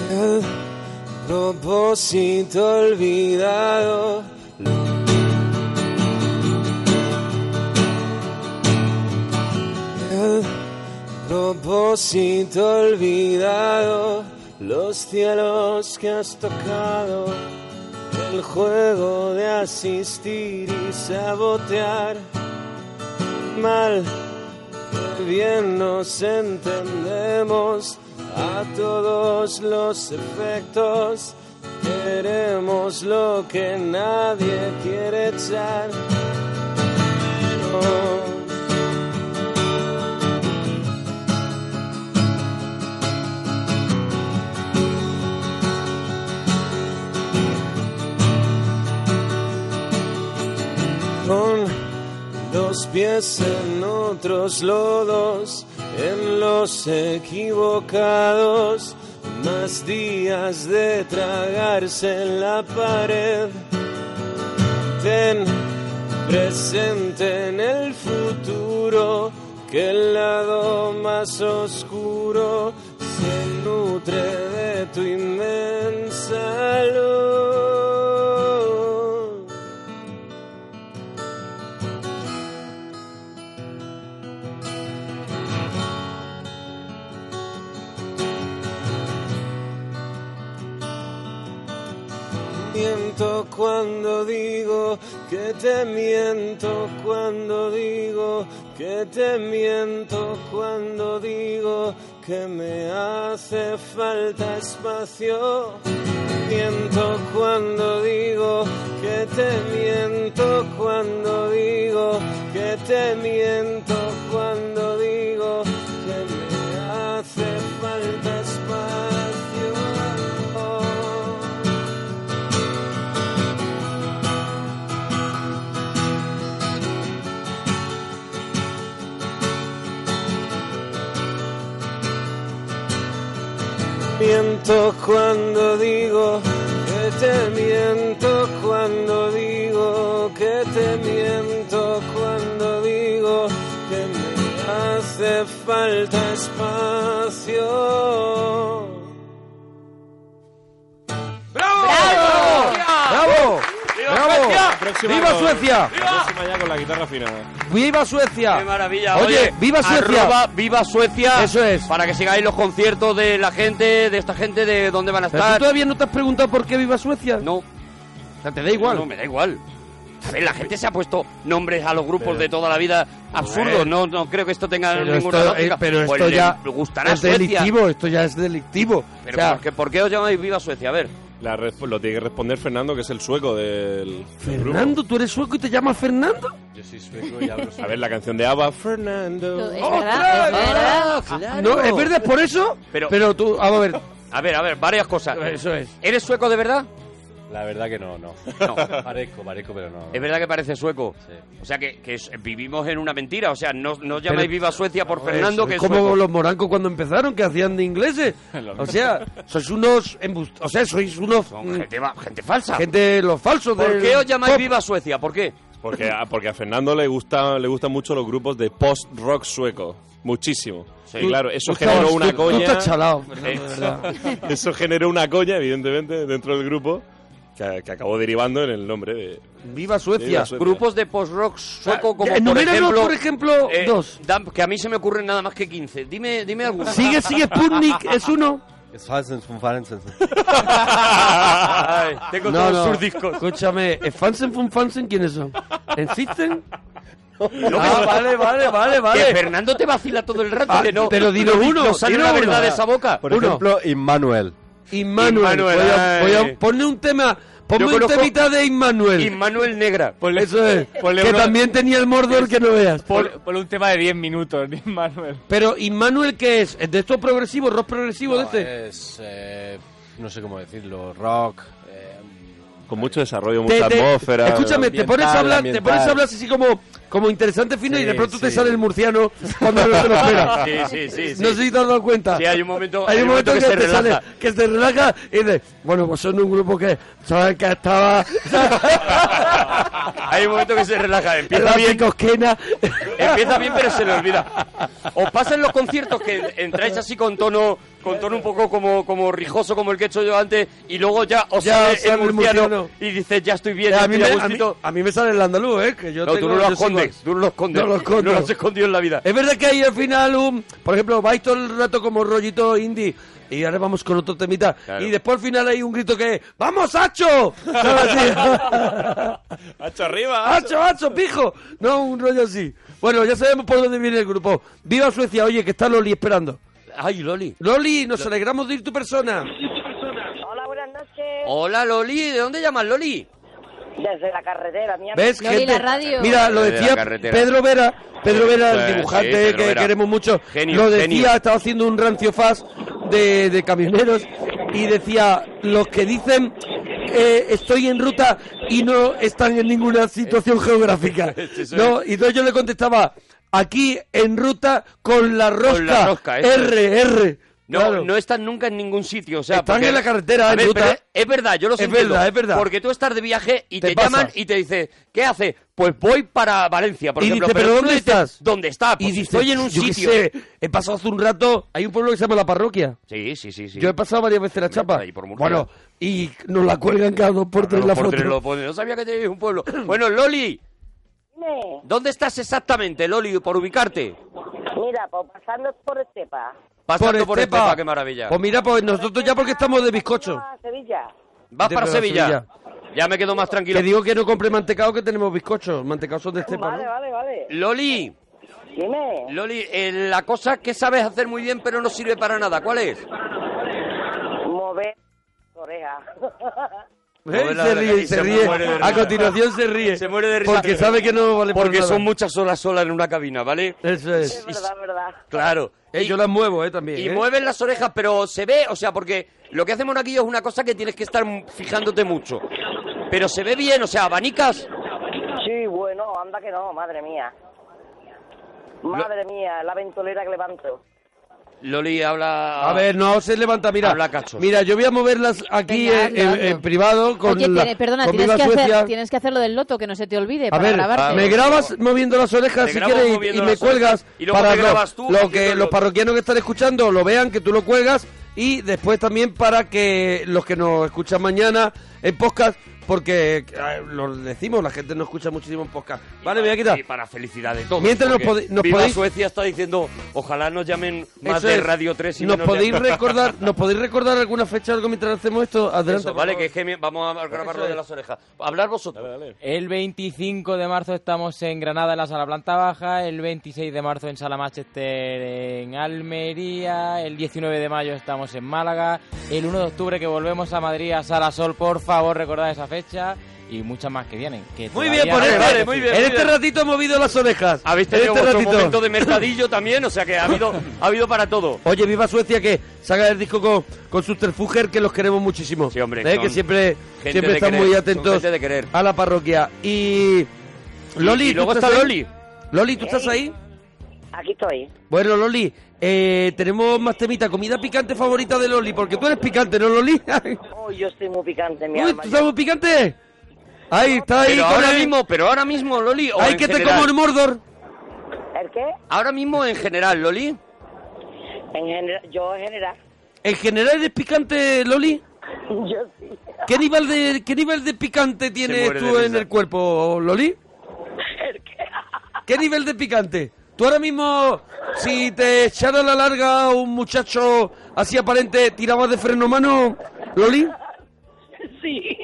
[SPEAKER 5] El propósito olvidado. El propósito olvidado. Los cielos que has tocado. El juego de asistir y sabotear. Mal que bien nos entendemos a todos los efectos. Queremos lo que nadie quiere echar. Con los pies en otros lodos, en los equivocados, más días de tragarse en la pared. Ten presente en el futuro que el lado más oscuro se nutre de tu inmensa luz. miento cuando digo que te miento cuando digo que te miento cuando digo que me hace falta espacio. Miento cuando digo que te miento cuando digo que te miento cuando digo que me hace falta espacio. Miento cuando digo que te miento, cuando digo que te miento, cuando digo que me hace falta espacio.
[SPEAKER 1] ¡Bravo! ¡Bravo! ¡Bravo! ¡Viva Suecia!
[SPEAKER 11] La próxima ya con la guitarra eh. afinada.
[SPEAKER 1] ¡Viva Suecia!
[SPEAKER 2] ¡Qué maravilla!
[SPEAKER 1] Oye, ¡viva Suecia!
[SPEAKER 2] arroba ¡Viva Suecia!
[SPEAKER 1] Eso es.
[SPEAKER 2] Para que sigáis los conciertos de la gente, de esta gente, de dónde van a
[SPEAKER 1] Pero
[SPEAKER 2] estar.
[SPEAKER 1] tú todavía no te has preguntado por qué viva Suecia?
[SPEAKER 2] No.
[SPEAKER 1] te da igual.
[SPEAKER 2] No, me da igual. Joder, La gente se ha puesto nombres a los grupos de toda la vida absurdos.
[SPEAKER 1] Joder.
[SPEAKER 2] No, no creo que esto tenga
[SPEAKER 1] Pero
[SPEAKER 2] ninguna
[SPEAKER 1] esto,
[SPEAKER 2] lógica.
[SPEAKER 1] eh, pero
[SPEAKER 2] Pues
[SPEAKER 1] esto
[SPEAKER 2] le
[SPEAKER 1] ya
[SPEAKER 2] gustará
[SPEAKER 1] es
[SPEAKER 2] Suecia.
[SPEAKER 1] delictivo, esto ya es delictivo.
[SPEAKER 2] Pero
[SPEAKER 1] O sea,
[SPEAKER 2] ¿por, qué, por qué os llamáis Viva Suecia? A ver.
[SPEAKER 11] La res- lo tiene que responder Fernando, que es el sueco del.
[SPEAKER 1] Fernando, tú eres sueco y te llamas Fernando.
[SPEAKER 11] Yo soy sueco y hablo. A ver, la canción de ABBA, Fernando.
[SPEAKER 1] Es verdad, es verdad. No, es verdad, es por eso.
[SPEAKER 2] Pero-
[SPEAKER 1] Pero, tú, vamos a ver.
[SPEAKER 2] A ver, a ver, varias cosas.
[SPEAKER 1] Eso es.
[SPEAKER 2] ¿Eres sueco de verdad?
[SPEAKER 12] La verdad que no, no. Parezco, parezco, pero no.
[SPEAKER 2] Es verdad que parece sueco. O sea, que, que es- vivimos en una mentira. O sea, no, no os
[SPEAKER 1] Pero-
[SPEAKER 2] llamáis Viva Suecia por Fernando,
[SPEAKER 1] Es
[SPEAKER 2] que es
[SPEAKER 1] como
[SPEAKER 2] sueco.
[SPEAKER 1] los morancos cuando empezaron, que hacían de ingleses. O sea, sois unos embust- O sea, sois unos. mm,
[SPEAKER 2] Gente, va- gente falsa.
[SPEAKER 1] gente, los falsos.
[SPEAKER 2] ¿Por
[SPEAKER 1] del
[SPEAKER 2] qué os llamáis
[SPEAKER 1] pop.
[SPEAKER 2] Viva Suecia? ¿Por qué?
[SPEAKER 11] Porque a, porque a Fernando le gusta le gustan mucho los grupos de post-rock sueco. Muchísimo. Y claro, eso
[SPEAKER 1] Tú
[SPEAKER 11] generó
[SPEAKER 1] estabas-
[SPEAKER 11] una
[SPEAKER 1] tú- tú
[SPEAKER 11] coña.
[SPEAKER 1] estás chalado,
[SPEAKER 2] Eh,
[SPEAKER 1] Fernando, Pues de
[SPEAKER 11] eso, eso generó una coña, evidentemente, dentro del grupo, que, que acabó derivando en el nombre de.
[SPEAKER 1] Viva Suecia.
[SPEAKER 11] Viva Suecia.
[SPEAKER 2] Grupos de post-rock sueco como por
[SPEAKER 1] enuméranos,
[SPEAKER 2] ejemplo...
[SPEAKER 1] por ejemplo,
[SPEAKER 2] eh,
[SPEAKER 1] dos.
[SPEAKER 2] Dan- que a mí se me ocurren nada más que 15. Dime, dime alguno.
[SPEAKER 1] Sigue, sigue, Sputnik, es uno.
[SPEAKER 12] Es falso, es un falso.
[SPEAKER 2] Ay, tengo
[SPEAKER 1] No,
[SPEAKER 2] todos
[SPEAKER 1] no.
[SPEAKER 2] sus discos.
[SPEAKER 1] Escúchame, ¿es Fansen Fun Fansen quiénes son? ¿Existen?
[SPEAKER 2] Ah,
[SPEAKER 1] vale, vale, vale, vale.
[SPEAKER 2] Que Fernando te vacila todo el rato.
[SPEAKER 1] Ah,
[SPEAKER 2] que no,
[SPEAKER 1] pero dilo
[SPEAKER 2] no-
[SPEAKER 1] uno,
[SPEAKER 2] no sale
[SPEAKER 1] dilo
[SPEAKER 2] la
[SPEAKER 1] uno.
[SPEAKER 2] verdad de esa boca.
[SPEAKER 12] Por
[SPEAKER 1] Uno.
[SPEAKER 12] ejemplo, Immanuel.
[SPEAKER 1] Immanuel.
[SPEAKER 2] Immanuel,
[SPEAKER 1] voy a,
[SPEAKER 2] ay.
[SPEAKER 1] voy a- ponle un tema. Ponme
[SPEAKER 2] Yo
[SPEAKER 1] un
[SPEAKER 2] conozco-
[SPEAKER 1] temita de
[SPEAKER 2] Y
[SPEAKER 1] Immanuel.
[SPEAKER 2] Manuel Negra.
[SPEAKER 1] Eso es.
[SPEAKER 10] ponle
[SPEAKER 1] que
[SPEAKER 10] uno-
[SPEAKER 1] también tenía el mordor que no veas.
[SPEAKER 10] Por, por un tema de 10 minutos, Manuel.
[SPEAKER 1] Pero Immanuel, ¿qué es? ¿Es de estos progresivos, rock progresivo de este?
[SPEAKER 12] Es, eh, no sé cómo decirlo, rock. eh,
[SPEAKER 11] Con mucho desarrollo,
[SPEAKER 1] Te-
[SPEAKER 11] mucha
[SPEAKER 1] te-
[SPEAKER 11] atmósfera.
[SPEAKER 1] escúchame, te pones a
[SPEAKER 12] ambiental,
[SPEAKER 1] hablar, te
[SPEAKER 12] ambiental.
[SPEAKER 1] pones a hablar así como, como interesante fino y de
[SPEAKER 12] Sí,
[SPEAKER 1] pronto te
[SPEAKER 12] sí.
[SPEAKER 1] sale el murciano cuando no te lo espera.
[SPEAKER 2] Sí, sí, sí, sí.
[SPEAKER 1] No sé si te has dado cuenta.
[SPEAKER 2] Sí, hay un momento-
[SPEAKER 1] hay un momento que, te sale, que te relaja y dices, bueno, pues son un grupo que, ¿sabes? Que estaba...
[SPEAKER 2] Hay un momento que se relaja. Empieza
[SPEAKER 1] Empieza
[SPEAKER 2] bien,
[SPEAKER 1] Cosquena.
[SPEAKER 2] empieza bien, pero se le olvida. Os pasa en los conciertos que entráis así con tono, con tono un poco como, como rijoso, como el que he hecho yo antes, y luego ya os
[SPEAKER 1] Ya
[SPEAKER 2] sale
[SPEAKER 1] os sale
[SPEAKER 2] el
[SPEAKER 1] el
[SPEAKER 2] murciano
[SPEAKER 1] murciano.
[SPEAKER 2] y dices, ya estoy bien, ya
[SPEAKER 1] a, mí
[SPEAKER 2] estoy
[SPEAKER 1] me,
[SPEAKER 2] a
[SPEAKER 1] a, mí,
[SPEAKER 2] gustito.
[SPEAKER 1] a mí me sale el andaluz, ¿eh? Que yo
[SPEAKER 2] No, tú
[SPEAKER 1] tengo-
[SPEAKER 2] no lo
[SPEAKER 1] yo sigo-
[SPEAKER 2] escondes, tú no lo escondes.
[SPEAKER 1] No lo escondo.
[SPEAKER 2] No lo has escondido en la vida.
[SPEAKER 1] Es verdad que hay al final un. Por ejemplo, vais todo el rato como rollito indie. Y ahora vamos con otro temita.
[SPEAKER 2] Claro.
[SPEAKER 1] Y después al final hay un grito que es, ¡Vamos, Hacho! ¿Sabes así?
[SPEAKER 11] ¡Hacho arriba!
[SPEAKER 1] ¡Hacho, Hacho, pijo! No, un rollo así. Bueno, ya sabemos por dónde viene el grupo. ¡Viva Suecia! Oye, que está Loli esperando.
[SPEAKER 2] Ay, Loli.
[SPEAKER 1] Loli, nos alegramos de ir tu persona.
[SPEAKER 13] Hola, buenas noches.
[SPEAKER 2] Hola, Loli. ¿De dónde llamas, Loli?
[SPEAKER 13] Desde la carretera, mierda.
[SPEAKER 1] ¿Ves?
[SPEAKER 13] Loli,
[SPEAKER 1] gente?
[SPEAKER 13] la radio.
[SPEAKER 1] Mira, lo
[SPEAKER 2] De la
[SPEAKER 1] decía
[SPEAKER 2] carretera.
[SPEAKER 1] Pedro Vera, Pedro Vera,
[SPEAKER 2] Eh,
[SPEAKER 1] el
[SPEAKER 2] sí,
[SPEAKER 1] dibujante
[SPEAKER 2] Pedro
[SPEAKER 1] que
[SPEAKER 2] Vera.
[SPEAKER 1] queremos mucho,
[SPEAKER 2] Genio,
[SPEAKER 1] lo decía,
[SPEAKER 2] genio.
[SPEAKER 1] estaba haciendo un rancio fast de, de camioneros y decía, los que dicen eh, estoy en ruta y no están en ninguna situación geográfica. No, y entonces yo le contestaba, aquí en ruta con la rosca,
[SPEAKER 2] Con la rosca, eso
[SPEAKER 1] R, R.
[SPEAKER 2] No,
[SPEAKER 1] Claro.
[SPEAKER 2] no están nunca en ningún sitio. O sea,
[SPEAKER 1] Están
[SPEAKER 2] porque-
[SPEAKER 1] en la carretera,
[SPEAKER 2] A
[SPEAKER 1] en
[SPEAKER 2] ver,
[SPEAKER 1] ruta.
[SPEAKER 2] pero Es verdad, yo lo
[SPEAKER 1] Es
[SPEAKER 2] sé. entiendo.
[SPEAKER 1] verdad, es verdad.
[SPEAKER 2] Porque tú estás de viaje y
[SPEAKER 1] Te
[SPEAKER 2] te, llaman
[SPEAKER 1] pasas.
[SPEAKER 2] y te dicen, ¿qué haces? Pues voy para Valencia, por
[SPEAKER 1] y
[SPEAKER 2] ejemplo.
[SPEAKER 1] dice, ¿pero
[SPEAKER 2] tú
[SPEAKER 1] dónde
[SPEAKER 2] le dices,
[SPEAKER 1] estás?
[SPEAKER 2] ¿Dónde está? Pues
[SPEAKER 1] y dice,
[SPEAKER 2] estoy en un
[SPEAKER 1] yo qué
[SPEAKER 2] sitio.
[SPEAKER 1] sé, he pasado hace un rato, hay un pueblo que se llama La Parroquia.
[SPEAKER 2] Sí, sí, sí, sí.
[SPEAKER 1] Yo he pasado varias veces la chapa.
[SPEAKER 2] ahí por Murcia.
[SPEAKER 1] bueno, y nos la cuelgan cada dos por tres
[SPEAKER 2] Los
[SPEAKER 1] la
[SPEAKER 2] porteros
[SPEAKER 1] foto.
[SPEAKER 2] lo ponen, No sabía que tenías un pueblo. Bueno, Loli,
[SPEAKER 13] Dime.
[SPEAKER 2] ¿dónde estás exactamente, Loli, por ubicarte?
[SPEAKER 13] Mira, pues pasando por Estepa.
[SPEAKER 2] Pasando por Estepa, qué maravilla.
[SPEAKER 1] Pues mira, pues nosotros ya porque estamos de bizcocho.
[SPEAKER 13] A Sevilla.
[SPEAKER 2] Vas
[SPEAKER 1] De-
[SPEAKER 2] para
[SPEAKER 1] de
[SPEAKER 2] Sevilla. Ya me quedo más tranquilo.
[SPEAKER 1] Te digo que no compre mantecado que tenemos bizcochos. Mantecados son de estepa, ¿no?
[SPEAKER 13] Vale, vale, vale.
[SPEAKER 2] Loli. Loli, eh, la cosa que sabes hacer muy bien pero no sirve para nada, ¿cuál es?
[SPEAKER 13] Mover oreja.
[SPEAKER 1] Eh,
[SPEAKER 2] Mover la
[SPEAKER 1] Se
[SPEAKER 2] oreja
[SPEAKER 1] ríe,
[SPEAKER 2] y
[SPEAKER 1] se
[SPEAKER 2] se
[SPEAKER 1] ríe.
[SPEAKER 2] muere de
[SPEAKER 1] A
[SPEAKER 2] risa.
[SPEAKER 1] continuación se ríe.
[SPEAKER 2] Se muere de risa.
[SPEAKER 1] Porque sabe que no vale por
[SPEAKER 2] Porque
[SPEAKER 1] nada.
[SPEAKER 2] son muchas horas solas en una cabina, ¿vale?
[SPEAKER 1] Eso es.
[SPEAKER 13] verdad, verdad.
[SPEAKER 2] Claro.
[SPEAKER 1] yo las muevo, ¿eh? También.
[SPEAKER 2] Y
[SPEAKER 1] ¿eh?
[SPEAKER 2] mueven las orejas, pero se ve, o sea, porque lo que hacemos monaguillo es una cosa que tienes que estar fijándote mucho. Pero se ve bien, o sea, abanicas.
[SPEAKER 13] Sí, bueno, anda que no, madre mía. Madre mía, la ventolera que levanto.
[SPEAKER 2] Loli habla.
[SPEAKER 1] A ver, no se levanta, mira. Mira, yo voy a moverlas aquí
[SPEAKER 7] Venga,
[SPEAKER 1] en,
[SPEAKER 7] hazlo,
[SPEAKER 1] en-
[SPEAKER 7] hazlo.
[SPEAKER 1] en privado con
[SPEAKER 7] Oye,
[SPEAKER 1] la-
[SPEAKER 7] tiene- perdona,
[SPEAKER 1] con
[SPEAKER 7] tienes
[SPEAKER 1] Viva
[SPEAKER 7] que,
[SPEAKER 1] Suecia.
[SPEAKER 7] hacer, tienes que hacer lo del loto, que no se te olvide,
[SPEAKER 1] A
[SPEAKER 7] para
[SPEAKER 1] ver,
[SPEAKER 7] grabarte.
[SPEAKER 1] me grabas moviendo las orejas
[SPEAKER 7] Te
[SPEAKER 1] si
[SPEAKER 7] grabo
[SPEAKER 1] quieres y
[SPEAKER 7] moviendo
[SPEAKER 1] me
[SPEAKER 7] las
[SPEAKER 1] cuelgas
[SPEAKER 7] orejas. Y luego
[SPEAKER 1] para
[SPEAKER 7] te grabas
[SPEAKER 1] lo-
[SPEAKER 7] tú
[SPEAKER 1] lo
[SPEAKER 7] haciendo
[SPEAKER 1] que
[SPEAKER 7] el
[SPEAKER 1] los
[SPEAKER 7] otro.
[SPEAKER 1] parroquianos que están escuchando lo vean, que tú lo cuelgas y después también para que los que nos escuchan mañana en podcast, porque eh, lo decimos, la gente nos escucha muchísimo en podcast. Vale, me voy a quitar.
[SPEAKER 2] Y para felicidad de todos.
[SPEAKER 1] Mientras nos,
[SPEAKER 2] porque
[SPEAKER 1] pode- nos
[SPEAKER 2] Viva
[SPEAKER 1] podéis...
[SPEAKER 2] Suecia está diciendo, ojalá nos llamen más
[SPEAKER 1] Eso
[SPEAKER 2] de
[SPEAKER 1] es.
[SPEAKER 2] Radio 3 y
[SPEAKER 1] ¿Nos
[SPEAKER 2] menos de-
[SPEAKER 1] podéis, recordar, ¿Nos podéis recordar alguna fecha o algo mientras hacemos esto? Adelante.
[SPEAKER 2] Eso, vale, que es que me- vamos a grabarlo
[SPEAKER 1] Eso
[SPEAKER 2] de
[SPEAKER 1] es.
[SPEAKER 2] las orejas. Hablar vosotros.
[SPEAKER 4] El 25 de marzo estamos en Granada, en la sala planta baja. El 26 de marzo en sala Manchester, en Almería. El 19 de mayo estamos en Málaga. El 1 de octubre que volvemos a Madrid, a sala Sol. Por favor, recordad esa fecha. Y muchas más que vienen. que
[SPEAKER 1] Muy
[SPEAKER 4] todavía
[SPEAKER 1] bien, por
[SPEAKER 4] no
[SPEAKER 1] eso.
[SPEAKER 4] hay
[SPEAKER 1] En
[SPEAKER 4] fecha.
[SPEAKER 1] este ratito he movido las orejas.
[SPEAKER 2] Habéis
[SPEAKER 1] En
[SPEAKER 2] tenido
[SPEAKER 1] este
[SPEAKER 2] vuestro
[SPEAKER 1] ratito.
[SPEAKER 2] momento de mercadillo también, o sea que ha habido, ha habido para todo.
[SPEAKER 1] Oye, viva Suecia que saca el disco con, con Susterfuger, que los queremos muchísimo. Sí, hombre. Que
[SPEAKER 2] son
[SPEAKER 1] siempre,
[SPEAKER 2] gente
[SPEAKER 1] siempre
[SPEAKER 2] de
[SPEAKER 1] están
[SPEAKER 2] querer,
[SPEAKER 1] muy
[SPEAKER 2] son
[SPEAKER 1] atentos
[SPEAKER 2] gente de querer.
[SPEAKER 1] a la parroquia. Y. Loli.
[SPEAKER 2] Y- y
[SPEAKER 1] ¿tú
[SPEAKER 2] luego
[SPEAKER 1] estás
[SPEAKER 2] está
[SPEAKER 1] ahí?
[SPEAKER 2] Loli.
[SPEAKER 1] Loli, ¿tú estás
[SPEAKER 13] Ey.
[SPEAKER 1] ahí?
[SPEAKER 13] Aquí estoy.
[SPEAKER 1] Bueno, Loli, eh, tenemos más temita. Comida picante favorita de Loli, porque tú eres picante, ¿no, Loli?
[SPEAKER 13] Oh, yo estoy muy picante, mi
[SPEAKER 1] Uy,
[SPEAKER 13] alma.
[SPEAKER 1] ¿tú estás muy picante? Ahí está, ahí
[SPEAKER 2] Pero
[SPEAKER 1] con
[SPEAKER 2] ahora
[SPEAKER 1] el-
[SPEAKER 2] mismo, pero ahora mismo, Loli. o
[SPEAKER 1] ¡Ay,
[SPEAKER 2] en
[SPEAKER 1] que te
[SPEAKER 2] general.
[SPEAKER 1] como el Mordor!
[SPEAKER 13] ¿El qué?
[SPEAKER 2] Ahora mismo en general, Loli.
[SPEAKER 13] En general, yo en general.
[SPEAKER 1] ¿En general eres picante, Loli?
[SPEAKER 13] Yo sí.
[SPEAKER 1] ¿Qué nivel de, qué nivel de picante tienes
[SPEAKER 2] muere de
[SPEAKER 1] tú en
[SPEAKER 2] risa.
[SPEAKER 1] el cuerpo, Loli? ¿Qué nivel de picante? Tú ahora mismo, si te echara a la larga un muchacho así aparente, tirabas de freno mano, Loli.
[SPEAKER 13] Sí.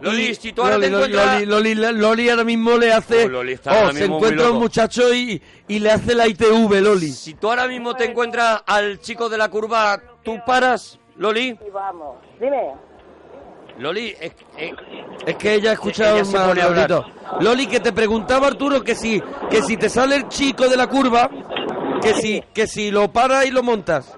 [SPEAKER 2] Loli, si tú ahora
[SPEAKER 1] Loli,
[SPEAKER 2] te
[SPEAKER 1] Loli,
[SPEAKER 2] encuentras...
[SPEAKER 1] Loli, Loli, Loli ahora mismo le hace...
[SPEAKER 2] Oh, Loli está
[SPEAKER 1] oh,
[SPEAKER 2] ahora
[SPEAKER 1] se
[SPEAKER 2] mismo muy
[SPEAKER 1] encuentra un
[SPEAKER 2] loco.
[SPEAKER 1] muchacho y, y le hace la ITV, Loli.
[SPEAKER 2] Si tú ahora mismo te encuentras al chico de la curva, ¿tú paras, Loli?
[SPEAKER 13] Y vamos. Dime.
[SPEAKER 2] Loli, es, es-
[SPEAKER 1] Es que ella ha escuchado
[SPEAKER 2] Ella se
[SPEAKER 1] más
[SPEAKER 2] pone a hablar.
[SPEAKER 1] Lolito. Loli, que te preguntaba Arturo que si, que si te sale el chico de la curva, que si, que si lo paras y lo montas.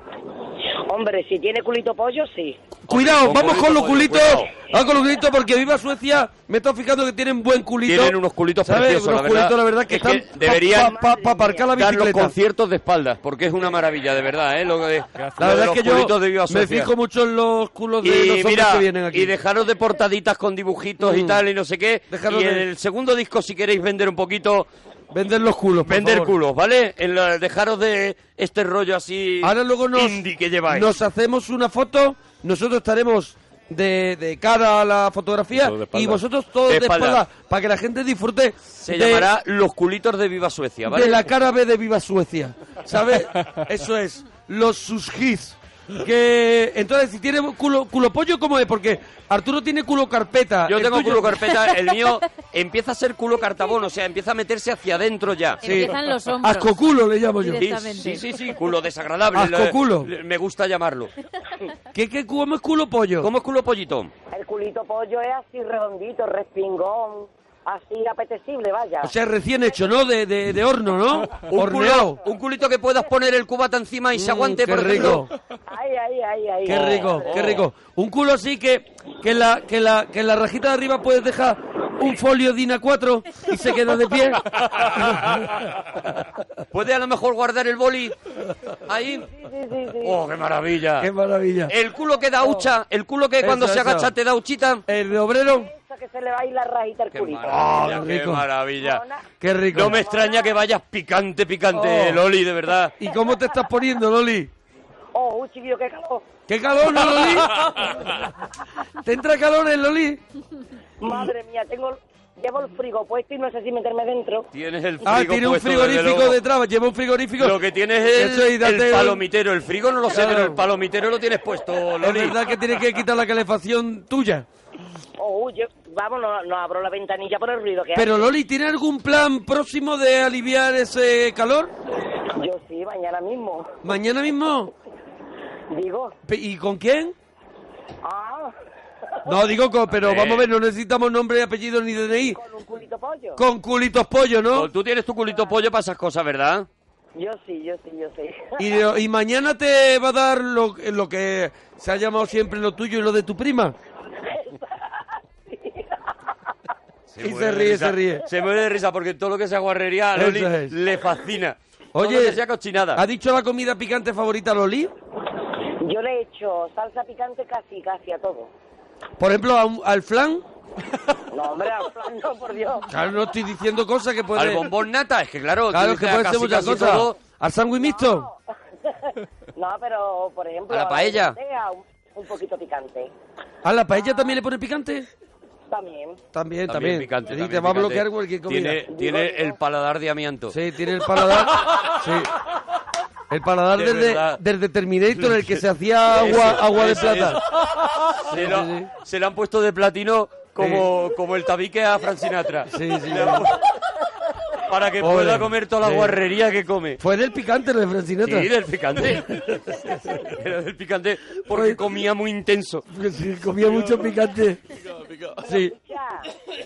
[SPEAKER 13] Hombre, si tiene culito pollo, sí.
[SPEAKER 1] Cuidado,
[SPEAKER 2] con
[SPEAKER 1] vamos
[SPEAKER 2] culito,
[SPEAKER 1] con los
[SPEAKER 2] pollo,
[SPEAKER 1] culitos.
[SPEAKER 2] cuidado.
[SPEAKER 1] Vamos con los culitos porque viva Suecia. Me está fijando que tienen buen culito.
[SPEAKER 2] Tienen unos culitos
[SPEAKER 1] ¿Sabes?
[SPEAKER 2] preciosos,
[SPEAKER 1] Unos
[SPEAKER 2] la verdad.
[SPEAKER 1] culitos, la verdad, que
[SPEAKER 2] Es que
[SPEAKER 1] están
[SPEAKER 2] deberían
[SPEAKER 1] para aparcar la
[SPEAKER 2] dar los
[SPEAKER 1] bicicleta.
[SPEAKER 2] conciertos de espaldas, porque es una maravilla, de verdad, ¿eh? Lo de,
[SPEAKER 1] La
[SPEAKER 2] lo de
[SPEAKER 1] verdad es
[SPEAKER 2] los
[SPEAKER 1] que yo
[SPEAKER 2] culitos de Viva
[SPEAKER 1] me
[SPEAKER 2] Social.
[SPEAKER 1] fijo mucho en los culos de los
[SPEAKER 2] Y
[SPEAKER 1] hombres
[SPEAKER 2] mira,
[SPEAKER 1] que vienen aquí.
[SPEAKER 2] y dejaros de portaditas con dibujitos y
[SPEAKER 1] Mm.
[SPEAKER 2] tal y no sé qué.
[SPEAKER 1] Dejaros
[SPEAKER 2] y en
[SPEAKER 1] de-
[SPEAKER 2] el segundo disco, si queréis vender un poquito,
[SPEAKER 1] Vender los culos, por
[SPEAKER 2] vender
[SPEAKER 1] favor.
[SPEAKER 2] culos, ¿vale? En la- dejaros de este rollo así
[SPEAKER 1] Ahora luego nos,
[SPEAKER 2] indie que lleváis.
[SPEAKER 1] nos hacemos una foto, nosotros estaremos de, de cara a la fotografía
[SPEAKER 2] Todos de espalda.
[SPEAKER 1] y vosotros todos de
[SPEAKER 2] De
[SPEAKER 1] espalda,
[SPEAKER 2] espalda.
[SPEAKER 1] para que la gente disfrute de,
[SPEAKER 2] Se llamará Los culitos de Viva Suecia, ¿vale?
[SPEAKER 1] de la cara B de Viva Suecia. ¿Sabes? Eso es, los susgis. Que entonces si tiene culo, culo pollo cómo es porque Arturo tiene culo carpeta.
[SPEAKER 2] Yo
[SPEAKER 1] ¿El
[SPEAKER 2] tengo
[SPEAKER 1] tuyo?
[SPEAKER 2] culo carpeta, el mío empieza a ser culo cartabón, o sea, empieza a meterse hacia adentro ya.
[SPEAKER 1] Sí. Asco culo le llamo yo.
[SPEAKER 2] Sí, sí, sí, sí, culo desagradable.
[SPEAKER 1] Asco
[SPEAKER 2] lo-
[SPEAKER 1] culo.
[SPEAKER 2] Me gusta llamarlo.
[SPEAKER 1] ¿Qué, qué, ¿Cómo es culo pollo?
[SPEAKER 2] ¿Cómo es culo pollito?
[SPEAKER 13] El culito pollo es así redondito, respingón, así apetecible, vaya.
[SPEAKER 1] O sea, recién hecho, ¿no? De, de, de horno, ¿no?
[SPEAKER 2] Un,
[SPEAKER 1] Horneado. Mm,
[SPEAKER 2] culo- un culito que puedas poner el cubata encima y se aguante,
[SPEAKER 1] qué
[SPEAKER 2] por ejemplo.
[SPEAKER 1] rico.
[SPEAKER 13] Ay, ay, ay, ay.
[SPEAKER 1] Qué
[SPEAKER 13] ay.
[SPEAKER 1] rico,
[SPEAKER 2] eh.
[SPEAKER 1] qué rico. Un culo así que, que, la, que, la, que en la rajita de arriba puedes dejar un folio Dina 4 y se queda de pie.
[SPEAKER 2] Puede a lo mejor guardar el boli ahí. ¡Oh, qué maravilla!
[SPEAKER 1] ¡Qué maravilla!
[SPEAKER 2] El culo que da hucha, el culo que cuando
[SPEAKER 1] Oh. Eso,
[SPEAKER 2] se
[SPEAKER 1] eso.
[SPEAKER 2] agacha te da huchita.
[SPEAKER 1] El de obrero,
[SPEAKER 13] Eso que se le va a ir la rajita al culito.
[SPEAKER 1] qué
[SPEAKER 2] ¡Qué
[SPEAKER 1] rico.
[SPEAKER 2] maravilla!
[SPEAKER 1] qué rico.
[SPEAKER 2] Ah, No me extraña que vayas picante, picante,
[SPEAKER 1] Oh.
[SPEAKER 2] Loli, de verdad.
[SPEAKER 1] ¿Y cómo te estás poniendo, Loli?
[SPEAKER 13] Oh, uy, chiquillo, qué calor.
[SPEAKER 1] ¿Qué calor, no, Loli? ¿Te entra calor en Loli?
[SPEAKER 13] Madre mía, tengo Llevo el frigo puesto y no sé si meterme dentro.
[SPEAKER 2] Tienes el frigo
[SPEAKER 1] Ah, tiene un
[SPEAKER 2] puesto, desde
[SPEAKER 1] frigorífico
[SPEAKER 2] luego.
[SPEAKER 1] detrás, lleva un frigorífico.
[SPEAKER 2] Lo que tienes es
[SPEAKER 1] Eso, y
[SPEAKER 2] el,
[SPEAKER 1] date
[SPEAKER 2] el
[SPEAKER 1] un-
[SPEAKER 2] palomitero. El frigo no lo sé,
[SPEAKER 1] Claro.
[SPEAKER 2] pero el palomitero lo tienes puesto,
[SPEAKER 1] Es
[SPEAKER 2] Loli.
[SPEAKER 1] verdad que tienes que quitar la calefacción tuya.
[SPEAKER 13] Oh, yo, vamos, no, no abro la ventanilla por el ruido que
[SPEAKER 1] Pero
[SPEAKER 13] hace.
[SPEAKER 1] Loli, ¿tiene algún plan próximo de aliviar ese calor?
[SPEAKER 13] Yo sí, mañana mismo.
[SPEAKER 1] ¿Mañana mismo?
[SPEAKER 13] Digo.
[SPEAKER 1] Pe- ¿Y con quién?
[SPEAKER 13] Ah,
[SPEAKER 1] No, digo, con, pero
[SPEAKER 2] Hombre.
[SPEAKER 1] vamos a ver, no necesitamos nombre, apellido ni DNI.
[SPEAKER 13] un culito pollo.
[SPEAKER 1] Con culitos pollo, ¿no?
[SPEAKER 2] Tú tienes tu culito pollo para esas cosas, ¿verdad?
[SPEAKER 13] Yo sí, yo sí, yo sí.
[SPEAKER 1] Y, de- y mañana te va a dar lo, lo que se ha llamado siempre lo tuyo y lo de tu prima. y
[SPEAKER 2] muere
[SPEAKER 1] se
[SPEAKER 2] de
[SPEAKER 1] ríe,
[SPEAKER 2] risa.
[SPEAKER 1] se ríe.
[SPEAKER 2] Se muere de risa porque todo lo que sea guarrería a Loli
[SPEAKER 1] Eso es.
[SPEAKER 2] le fascina. Todo lo
[SPEAKER 1] Oye,
[SPEAKER 2] que sea cochinada.
[SPEAKER 1] ¿ha dicho la comida picante favorita a Loli?
[SPEAKER 13] Yo le he hecho salsa picante casi, casi a todo.
[SPEAKER 1] Por ejemplo, a un- al flan.
[SPEAKER 13] No, hombre, al plan, no, por Dios.
[SPEAKER 1] Claro, no estoy diciendo cosas que puede...
[SPEAKER 2] Al bombón nata, es que claro,
[SPEAKER 1] Claro,
[SPEAKER 2] tú
[SPEAKER 1] que
[SPEAKER 2] dices
[SPEAKER 1] puede
[SPEAKER 2] a
[SPEAKER 1] ser
[SPEAKER 2] casi,
[SPEAKER 1] muchas
[SPEAKER 2] casi
[SPEAKER 1] cosas.
[SPEAKER 2] todo.
[SPEAKER 1] ¿Al sándwich mixto?
[SPEAKER 13] No, pero, por ejemplo...
[SPEAKER 1] ¿A la paella?
[SPEAKER 13] lenteja, un, un poquito picante.
[SPEAKER 1] ¿A la paella también le pone picante?
[SPEAKER 13] También.
[SPEAKER 1] También, también.
[SPEAKER 2] También picante,
[SPEAKER 1] Sí,
[SPEAKER 2] también
[SPEAKER 1] te va a
[SPEAKER 2] picante.
[SPEAKER 1] bloquear cualquier comida.
[SPEAKER 2] Tiene, tiene el paladar de amianto.
[SPEAKER 1] Sí, tiene el paladar. sí. El paladar
[SPEAKER 2] De
[SPEAKER 1] desde,
[SPEAKER 2] verdad.
[SPEAKER 1] desde Terminator, el que se hacía agua,
[SPEAKER 2] Eso,
[SPEAKER 1] agua de
[SPEAKER 2] eso,
[SPEAKER 1] plata.
[SPEAKER 2] eso. Se, lo, se le han puesto de platino como, como el tabique a Frank Sinatra. Le han puesto- Para que
[SPEAKER 1] Pobre.
[SPEAKER 2] pueda comer toda la
[SPEAKER 1] Sí.
[SPEAKER 2] guarrería que come.
[SPEAKER 1] Fue del picante, el de Frank Sinatra.
[SPEAKER 2] Sí, del picante. Era del picante porque comía muy intenso.
[SPEAKER 1] Sí, comía mucho picante. Sí.
[SPEAKER 13] Ya,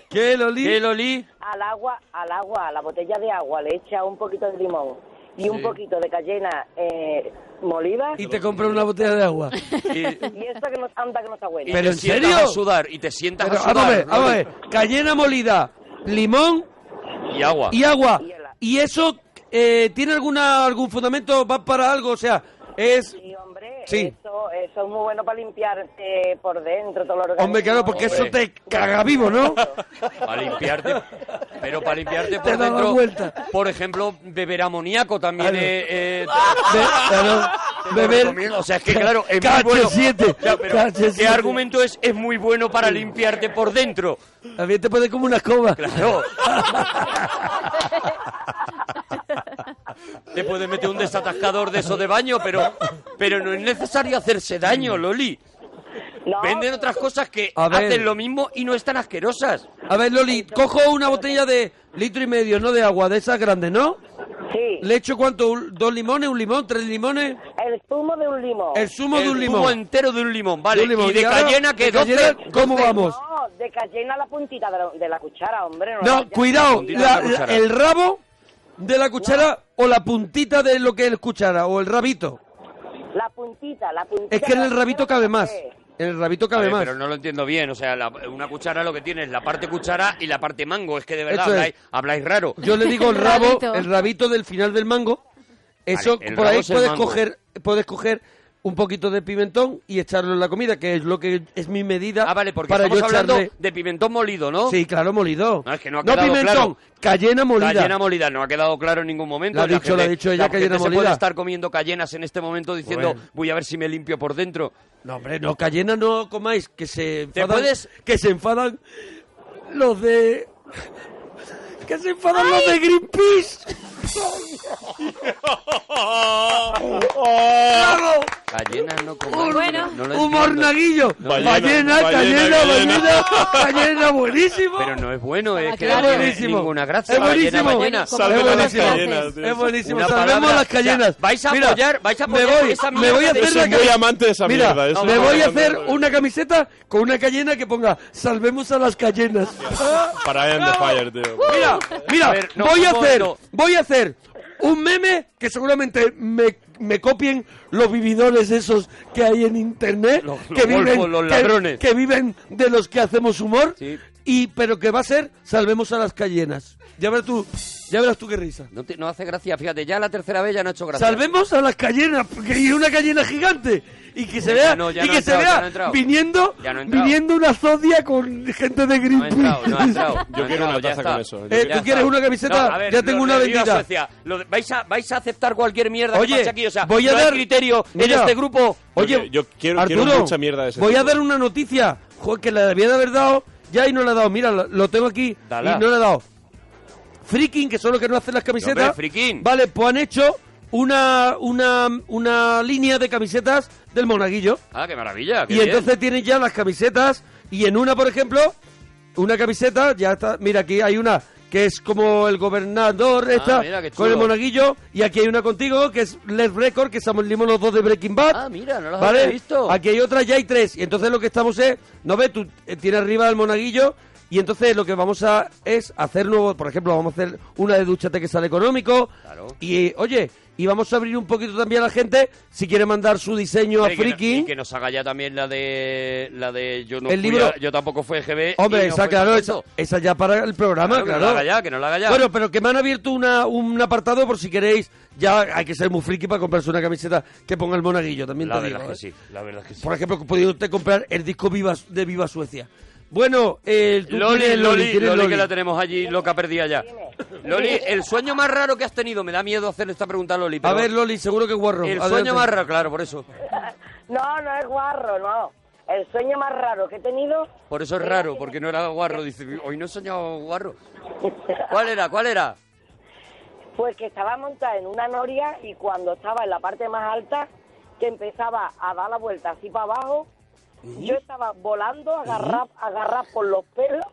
[SPEAKER 1] ¿Qué, Loli?
[SPEAKER 2] ¿Qué, Loli?
[SPEAKER 13] al agua, al agua, a la botella de agua le echa un poquito de limón y un
[SPEAKER 1] Sí.
[SPEAKER 13] poquito de cayena eh, molida.
[SPEAKER 1] Y te compré una botella de agua.
[SPEAKER 13] Y esto que no anda que no está bueno.
[SPEAKER 1] ¿Pero
[SPEAKER 2] te
[SPEAKER 1] en
[SPEAKER 2] sientas
[SPEAKER 1] serio?
[SPEAKER 2] a sudar y te sientas
[SPEAKER 1] Pero,
[SPEAKER 2] a
[SPEAKER 1] vamos a
[SPEAKER 2] sudar.
[SPEAKER 1] ver, vamos a ver. Cayena molida, limón
[SPEAKER 2] Loli. Y agua.
[SPEAKER 1] y agua. ¿Y eso eh, tiene alguna algún fundamento? ¿Va para algo? O sea, es... Sí.
[SPEAKER 13] Eso, eso es muy bueno para limpiarte por dentro todo lo organismo.
[SPEAKER 1] Hombre, claro, porque eso
[SPEAKER 2] Hombre.
[SPEAKER 1] te caga vivo, ¿no?
[SPEAKER 2] Para limpiarte. Pero para limpiarte
[SPEAKER 1] Te
[SPEAKER 2] por
[SPEAKER 1] daba
[SPEAKER 2] dentro.
[SPEAKER 1] vuelta.
[SPEAKER 2] Por ejemplo, beber amoníaco también.
[SPEAKER 1] Claro.
[SPEAKER 2] eh, eh,
[SPEAKER 1] claro,
[SPEAKER 2] te lo
[SPEAKER 1] beber-
[SPEAKER 2] recomiendo. O sea, es que claro, es muy
[SPEAKER 1] Cache
[SPEAKER 2] bueno.
[SPEAKER 1] siete,
[SPEAKER 2] Ya, pero
[SPEAKER 1] cache
[SPEAKER 2] ¿Qué
[SPEAKER 1] siete.
[SPEAKER 2] argumento es? Es muy bueno para limpiarte por dentro.
[SPEAKER 1] También te puede como una escoba.
[SPEAKER 2] Claro. Te puedes meter un desatascador de eso de baño, pero, pero no es necesario hacerse daño, Loli. Venden otras cosas que
[SPEAKER 1] A ver.
[SPEAKER 2] hacen lo mismo y no están asquerosas.
[SPEAKER 1] A ver, Loli, cojo una botella de litro y medio, ¿no? De agua, de esas grandes, ¿no?
[SPEAKER 13] Sí.
[SPEAKER 1] ¿Le echo cuánto? Un- ¿Dos limones? ¿Un limón? ¿Tres limones?
[SPEAKER 13] El zumo de un limón.
[SPEAKER 1] El zumo de un limón.
[SPEAKER 2] zumo entero de un limón, vale.
[SPEAKER 1] De un limón.
[SPEAKER 2] Y de
[SPEAKER 1] Y ahora,
[SPEAKER 2] cayena, que
[SPEAKER 1] de cayena, ¿cómo vamos?
[SPEAKER 13] No, de cayena la puntita de la, de la cuchara, hombre. la
[SPEAKER 1] No,
[SPEAKER 13] vayas-
[SPEAKER 1] cuidado,
[SPEAKER 2] puntita
[SPEAKER 1] la-
[SPEAKER 2] de la
[SPEAKER 1] la-
[SPEAKER 2] cuchara.
[SPEAKER 1] el rabo de la cuchara o la puntita de lo que es cuchara o el rabito.
[SPEAKER 13] La puntita, la puntita.
[SPEAKER 1] Es que en
[SPEAKER 13] de
[SPEAKER 1] el
[SPEAKER 13] la
[SPEAKER 1] rabito
[SPEAKER 13] cuchara,
[SPEAKER 1] cabe más.
[SPEAKER 13] ¿qué?
[SPEAKER 1] En el rabito cabe más.
[SPEAKER 2] pero no lo entiendo bien. O sea, la- una cuchara lo que tiene es la parte cuchara y la parte mango. Es que de verdad
[SPEAKER 1] Eso es.
[SPEAKER 2] habláis, habláis raro.
[SPEAKER 1] Yo le digo el rabo,
[SPEAKER 7] Rabito.
[SPEAKER 1] el rabito del final del mango. Eso
[SPEAKER 2] Vale, el
[SPEAKER 1] por
[SPEAKER 2] rabo
[SPEAKER 1] ahí
[SPEAKER 2] es el
[SPEAKER 1] puedes
[SPEAKER 2] mango.
[SPEAKER 1] coger, puedes coger un poquito de pimentón y echarlo en la comida, que es lo que es mi medida.
[SPEAKER 2] Ah, vale, porque
[SPEAKER 1] para
[SPEAKER 2] estamos
[SPEAKER 1] yo
[SPEAKER 2] hablando
[SPEAKER 1] echarle-
[SPEAKER 2] de pimentón molido, ¿no?
[SPEAKER 1] Sí, claro, molido.
[SPEAKER 2] No, es que no ha quedado
[SPEAKER 1] pimentón,
[SPEAKER 2] claro.
[SPEAKER 1] cayena molida.
[SPEAKER 2] Cayena molida, no ha quedado claro en ningún momento.
[SPEAKER 1] Lo ha
[SPEAKER 2] La
[SPEAKER 1] dicho, lo ha dicho ella,
[SPEAKER 2] la gente
[SPEAKER 1] cayena
[SPEAKER 2] se
[SPEAKER 1] molida.
[SPEAKER 2] puede estar comiendo cayenas en este momento diciendo,
[SPEAKER 1] Bueno.
[SPEAKER 2] voy a ver si me limpio por dentro.
[SPEAKER 1] No, hombre, no, cayena no comáis, que se
[SPEAKER 2] ¿Te
[SPEAKER 1] enfadan.
[SPEAKER 2] puedes-
[SPEAKER 1] Que se enfadan los de. que se enfadan los de Greenpeace.
[SPEAKER 2] Oh,
[SPEAKER 1] ¡Bravo!
[SPEAKER 2] Cayena no como...
[SPEAKER 1] Un,
[SPEAKER 2] Bueno.
[SPEAKER 1] un hornaguillo.
[SPEAKER 11] Ballena, ballena,
[SPEAKER 1] Ballena, cayena,
[SPEAKER 11] ballena.
[SPEAKER 1] ballena, cayena, buenísimo.
[SPEAKER 2] Pero no es bueno, es que
[SPEAKER 1] Es
[SPEAKER 2] no tiene
[SPEAKER 1] buenísimo.
[SPEAKER 2] ninguna gracia.
[SPEAKER 1] Es
[SPEAKER 2] Ballena,
[SPEAKER 1] buenísimo.
[SPEAKER 2] ballena.
[SPEAKER 11] Salve
[SPEAKER 1] Es
[SPEAKER 11] las
[SPEAKER 1] buenísimo.
[SPEAKER 11] cayenas, tío.
[SPEAKER 1] Es buenísimo.
[SPEAKER 2] Una
[SPEAKER 1] Salvemos
[SPEAKER 2] palabra.
[SPEAKER 1] las cayenas.
[SPEAKER 2] O sea, vais a
[SPEAKER 1] Mira,
[SPEAKER 2] apoyar- vais a apoyar
[SPEAKER 1] me voy,
[SPEAKER 2] esa
[SPEAKER 1] me voy a
[SPEAKER 2] mierda de-
[SPEAKER 1] hacer la
[SPEAKER 11] Soy muy
[SPEAKER 1] cami-
[SPEAKER 11] amante de esa
[SPEAKER 1] Mira,
[SPEAKER 11] mierda, eso
[SPEAKER 1] me
[SPEAKER 11] no
[SPEAKER 1] voy a
[SPEAKER 11] lo
[SPEAKER 1] hacer
[SPEAKER 11] entiendo.
[SPEAKER 1] una camiseta con una cayena que ponga Salvemos a las cayenas.
[SPEAKER 11] Para Ian the Fire, tío.
[SPEAKER 1] Mira, mira,
[SPEAKER 2] A ver, no,
[SPEAKER 1] voy a
[SPEAKER 2] no,
[SPEAKER 1] hacer,
[SPEAKER 2] no.
[SPEAKER 1] voy a hacer un meme que seguramente me, me copien los vividores esos que hay en internet,
[SPEAKER 2] Los- los
[SPEAKER 1] que viven,
[SPEAKER 2] golfos, los
[SPEAKER 1] que-
[SPEAKER 2] ladrones.
[SPEAKER 1] que, viven de los que hacemos humor,
[SPEAKER 2] Sí.
[SPEAKER 1] y pero que va a ser salvemos a las cayenas. Ya verás tú, ya verás tú qué risa.
[SPEAKER 2] No, te- no hace gracia, fíjate, ya la tercera vez ya no ha hecho gracia.
[SPEAKER 1] Salvemos a las cayenas, porque hay una cayena gigante y que se
[SPEAKER 2] Ya
[SPEAKER 1] vea
[SPEAKER 2] no, ya
[SPEAKER 1] y
[SPEAKER 2] no
[SPEAKER 1] que
[SPEAKER 2] ha
[SPEAKER 1] se
[SPEAKER 2] entrado, ya
[SPEAKER 1] vea
[SPEAKER 2] no ha entrado.
[SPEAKER 1] viniendo
[SPEAKER 2] Ya no ha entrado.
[SPEAKER 1] viniendo una zodia con gente de
[SPEAKER 2] No ha
[SPEAKER 1] Greenpeace.
[SPEAKER 2] entrado, no ha entrado. no
[SPEAKER 11] Yo
[SPEAKER 2] ha
[SPEAKER 11] quiero
[SPEAKER 2] entrado,
[SPEAKER 11] una
[SPEAKER 2] ya
[SPEAKER 11] taza
[SPEAKER 2] está.
[SPEAKER 11] con eso.
[SPEAKER 1] Eh,
[SPEAKER 2] Ya
[SPEAKER 1] ¿Tú quieres
[SPEAKER 2] está.
[SPEAKER 1] una camiseta?
[SPEAKER 2] No, a ver,
[SPEAKER 1] ya tengo
[SPEAKER 2] lo
[SPEAKER 1] una
[SPEAKER 2] review
[SPEAKER 1] vendida.
[SPEAKER 2] asocia. Lo de- vais, a, vais a aceptar cualquier mierda que
[SPEAKER 1] Oye,
[SPEAKER 2] pase aquí. O sea,
[SPEAKER 1] voy a
[SPEAKER 2] no hay
[SPEAKER 1] dar
[SPEAKER 2] criterio
[SPEAKER 1] Mira,
[SPEAKER 2] en este grupo.
[SPEAKER 1] Oye,
[SPEAKER 11] Yo- yo quiero- quiero
[SPEAKER 1] Arturo,
[SPEAKER 11] mucha mierda de ese
[SPEAKER 1] Voy a
[SPEAKER 11] tipo.
[SPEAKER 1] dar una noticia jo, que la debía de haber dado ya y no le he dado. Mira, lo- lo tengo aquí
[SPEAKER 2] Dala.
[SPEAKER 1] y no le he dado. Freaking, que son los que no hacen las
[SPEAKER 2] No,
[SPEAKER 1] camisetas.
[SPEAKER 2] hombre, Freaking.
[SPEAKER 1] Vale, pues han hecho una, una, una línea de camisetas del monaguillo.
[SPEAKER 2] Ah, qué maravilla. qué
[SPEAKER 1] Y
[SPEAKER 2] bien.
[SPEAKER 1] entonces tienes ya las camisetas y en una, por ejemplo, una camiseta, ya está, mira aquí hay una que es como el gobernador,
[SPEAKER 2] Ah,
[SPEAKER 1] esta,
[SPEAKER 2] mira, qué chulo.
[SPEAKER 1] con el monaguillo, y aquí hay una contigo que es Les Record, que salimos los dos de Breaking Bad.
[SPEAKER 2] Ah, mira, no las
[SPEAKER 1] ¿Vale?
[SPEAKER 2] había visto.
[SPEAKER 1] Aquí hay otra, ya hay tres. Y entonces lo que estamos es, no ves, tú eh, tienes arriba el monaguillo. Y entonces lo que vamos a es hacer nuevo, por ejemplo, vamos a hacer una de Dúchate que sale económico. Y eh, oye, y vamos a abrir un poquito también a la gente si quiere mandar su diseño a
[SPEAKER 2] Hombre, y que no-
[SPEAKER 1] Friki.
[SPEAKER 2] y que nos haga ya también la de la de yo no
[SPEAKER 1] El
[SPEAKER 2] fui
[SPEAKER 1] libro-
[SPEAKER 2] a- yo tampoco fui a GB
[SPEAKER 1] Hombre,
[SPEAKER 2] Eh, y no
[SPEAKER 1] esa,
[SPEAKER 2] fui
[SPEAKER 1] claro, esa,
[SPEAKER 2] tampoco.
[SPEAKER 1] esa ya para el programa,
[SPEAKER 2] Claro, que no
[SPEAKER 1] claro.
[SPEAKER 2] la haga ya, que no la haga ya.
[SPEAKER 1] Bueno, pues pero que me han abierto una, un apartado por si queréis. Ya hay que ser muy friki para comprarse una camiseta que ponga el monaguillo, también
[SPEAKER 2] la
[SPEAKER 1] te digo. ¿eh?
[SPEAKER 2] verdad que sí la verdad que sí
[SPEAKER 1] Por ejemplo, podía usted comprar el disco Viva, de Viva Suecia. Bueno, eh, el
[SPEAKER 2] Loli, Loli, Loli, que la tenemos allí, loca perdida ya. Loli, el sueño más raro que has tenido, me da miedo hacer esta pregunta a Loli.
[SPEAKER 1] A
[SPEAKER 2] pero
[SPEAKER 1] ver, Loli, seguro que guarro.
[SPEAKER 2] el
[SPEAKER 1] adelante.
[SPEAKER 2] sueño más raro, claro, por eso.
[SPEAKER 13] No, no es guarro, no. El sueño más raro que he tenido,
[SPEAKER 2] Por eso es raro, porque no era guarro. Dice, hoy no he soñado guarro. ¿Cuál era? ¿Cuál era?
[SPEAKER 13] pues que estaba montada en una noria y cuando estaba en la parte más alta, que empezaba a dar la vuelta así para abajo, yo estaba volando, agarrada agarrada por los pelos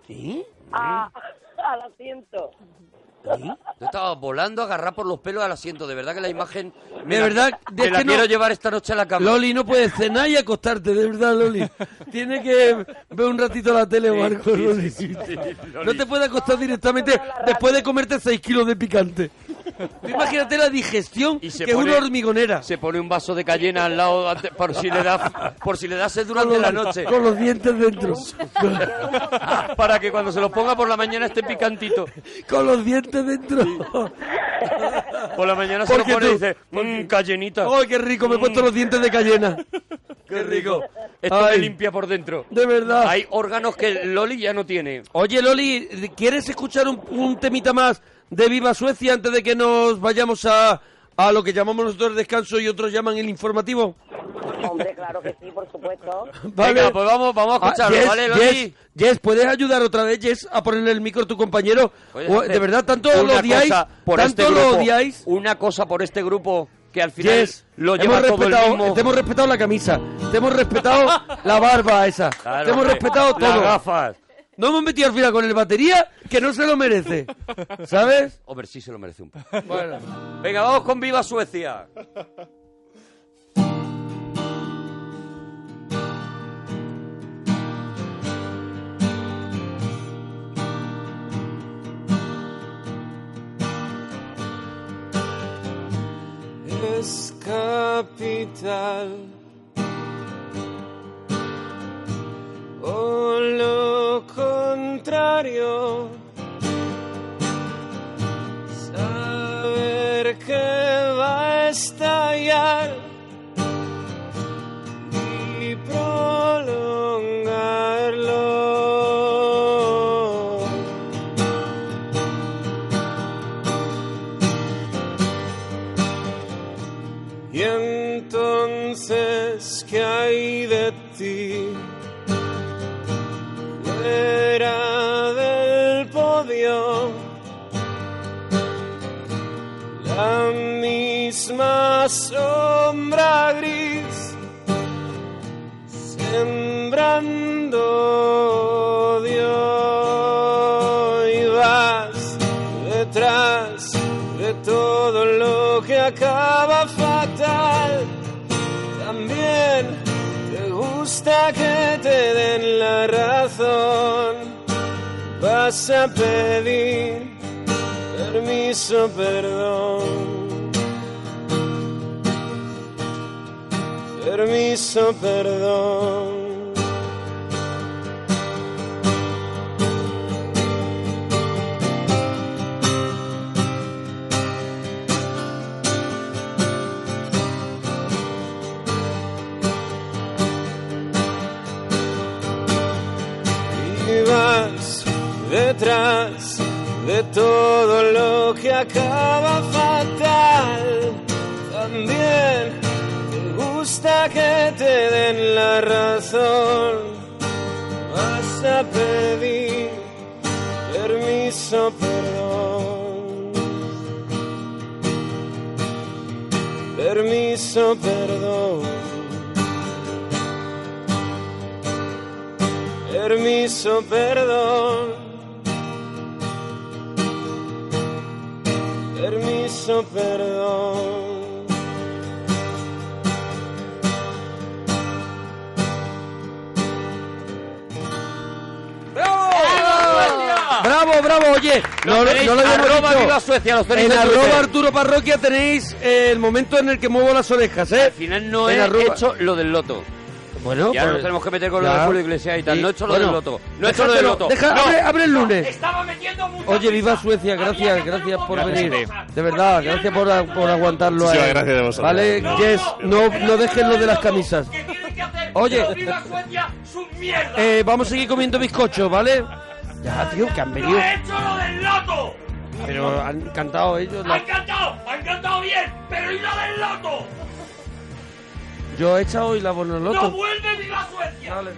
[SPEAKER 13] a- al asiento.
[SPEAKER 2] Yo estaba volando, agarrada por los pelos al asiento. De verdad que la imagen. me
[SPEAKER 1] De
[SPEAKER 2] la-
[SPEAKER 1] verdad,
[SPEAKER 2] me
[SPEAKER 1] es
[SPEAKER 2] la
[SPEAKER 1] que no-
[SPEAKER 2] quiero llevar esta noche a la cama.
[SPEAKER 1] Loli, no puedes cenar y acostarte, de verdad, Loli. Tiene que ver un ratito la tele o algo, Loli. No te puedes acostar directamente después de comerte 6 kilos de picante. Tú Imagínate la digestión
[SPEAKER 2] Y se
[SPEAKER 1] que
[SPEAKER 2] pone-
[SPEAKER 1] es una hormigonera.
[SPEAKER 2] Se pone un vaso de cayena al lado ante- por si le da por si le da sed durante
[SPEAKER 1] con los-
[SPEAKER 2] la noche.
[SPEAKER 1] Con los dientes dentro.
[SPEAKER 2] Para que cuando se los ponga por la mañana esté picantito.
[SPEAKER 1] con los dientes dentro.
[SPEAKER 2] Por la mañana se lo
[SPEAKER 1] Porque
[SPEAKER 2] pone y
[SPEAKER 1] tú-
[SPEAKER 2] dice, mmm, cayenita.
[SPEAKER 1] ¡Ay, qué rico! Me he puesto los dientes de cayena.
[SPEAKER 2] ¡Qué rico! Esto
[SPEAKER 1] Ay.
[SPEAKER 2] me limpia por dentro.
[SPEAKER 1] De verdad.
[SPEAKER 2] Hay órganos que Loli ya no tiene.
[SPEAKER 1] Oye, Loli, ¿quieres escuchar un, un temita más de Viva Suecia antes de que nos vayamos a, a lo que llamamos nosotros descanso y otros llaman el informativo?
[SPEAKER 13] Hombre, claro que sí, por supuesto.
[SPEAKER 2] Venga, pues vamos, vamos a escucharlo,
[SPEAKER 1] Ah, Jess,
[SPEAKER 2] ¿vale, Loli?
[SPEAKER 1] Jess, Jess, ¿puedes ayudar otra vez, Jess, a ponerle el micro a tu compañero?
[SPEAKER 2] Oye,
[SPEAKER 1] O-
[SPEAKER 2] hacer
[SPEAKER 1] de verdad, tanto
[SPEAKER 2] una
[SPEAKER 1] lo odiáis,
[SPEAKER 2] cosa por
[SPEAKER 1] tanto
[SPEAKER 2] este
[SPEAKER 1] lo
[SPEAKER 2] grupo,
[SPEAKER 1] odiáis.
[SPEAKER 2] Una cosa por este grupo que al final
[SPEAKER 1] Jess,
[SPEAKER 2] lo lleva
[SPEAKER 1] hemos
[SPEAKER 2] todo el
[SPEAKER 1] respetado,
[SPEAKER 2] mismo.
[SPEAKER 1] te hemos respetado la camisa, te hemos respetado la barba esa,
[SPEAKER 2] Claro,
[SPEAKER 1] te hemos
[SPEAKER 2] hombre,
[SPEAKER 1] respetado
[SPEAKER 2] las
[SPEAKER 1] todo.
[SPEAKER 2] gafas.
[SPEAKER 1] No hemos metido al final con el batería, que no se lo merece, ¿sabes?
[SPEAKER 2] Hombre, sí se lo merece un poco. Venga, vamos con Viva Suecia.
[SPEAKER 5] es capital. O lo contrario, saber que va a estallar y prolongarlo. Y entonces, ¿qué hay de ti? Fuera del podio, la misma sombra gris, sembrando odio y vas detrás de todo lo que acaba fatal. También te gusta que te den la razón. Vas a pedir permiso, perdón. Permiso, perdón. y vas detrás de todo lo que acaba fatal. También te gusta que te den la razón. Vas vas a pedir permiso, perdón. Permiso, perdón. Permiso, perdón. Permiso, perdón.
[SPEAKER 1] Bravo, bravo, oye, no,
[SPEAKER 2] Lo
[SPEAKER 1] lo-
[SPEAKER 2] tenéis,
[SPEAKER 1] no lo habíamos
[SPEAKER 2] arroba
[SPEAKER 1] dicho.
[SPEAKER 2] Viva Suecia, lo tenéis
[SPEAKER 1] en
[SPEAKER 2] en
[SPEAKER 1] arroba
[SPEAKER 2] Twitter.
[SPEAKER 1] Arturo Parroquia tenéis eh, el momento en el que muevo las orejas, ¿eh? Al final
[SPEAKER 2] No he hecho lo del loto.
[SPEAKER 1] Bueno,
[SPEAKER 2] ya
[SPEAKER 1] pues-
[SPEAKER 2] nos tenemos que meter con lo
[SPEAKER 1] Ya.
[SPEAKER 2] de Julio Iglesias y tal.
[SPEAKER 1] Y-
[SPEAKER 2] no he hecho lo
[SPEAKER 1] bueno,
[SPEAKER 2] del loto. No he hecho lo del
[SPEAKER 1] déjatelo,
[SPEAKER 2] loto.
[SPEAKER 1] deja-
[SPEAKER 2] No.
[SPEAKER 1] abre, abre el lunes.
[SPEAKER 2] Estaba metiendo mucha
[SPEAKER 1] Oye, viva
[SPEAKER 2] prisa.
[SPEAKER 1] Suecia, gracias, gracias por
[SPEAKER 2] Gracias,
[SPEAKER 1] venir.
[SPEAKER 2] hombre.
[SPEAKER 1] De verdad, gracias por, por aguantarlo.
[SPEAKER 11] Muchísimas
[SPEAKER 1] ahí.
[SPEAKER 11] gracias a vosotros.
[SPEAKER 1] Vale,
[SPEAKER 11] No,
[SPEAKER 1] Jess, no, no dejes lo de las camisas. Oye,
[SPEAKER 2] Suecia, su mierda.
[SPEAKER 1] eh, vamos a seguir comiendo bizcocho, ¿vale? Ya, tío, que han venido.
[SPEAKER 2] hecho lo del loto!
[SPEAKER 1] Pero han cantado ellos. la-
[SPEAKER 2] cantado! ¡Han cantado bien! ¡Pero y lo del loto!
[SPEAKER 1] Yo he echado hoy la bonoloto.
[SPEAKER 2] vuelve viva Suecia!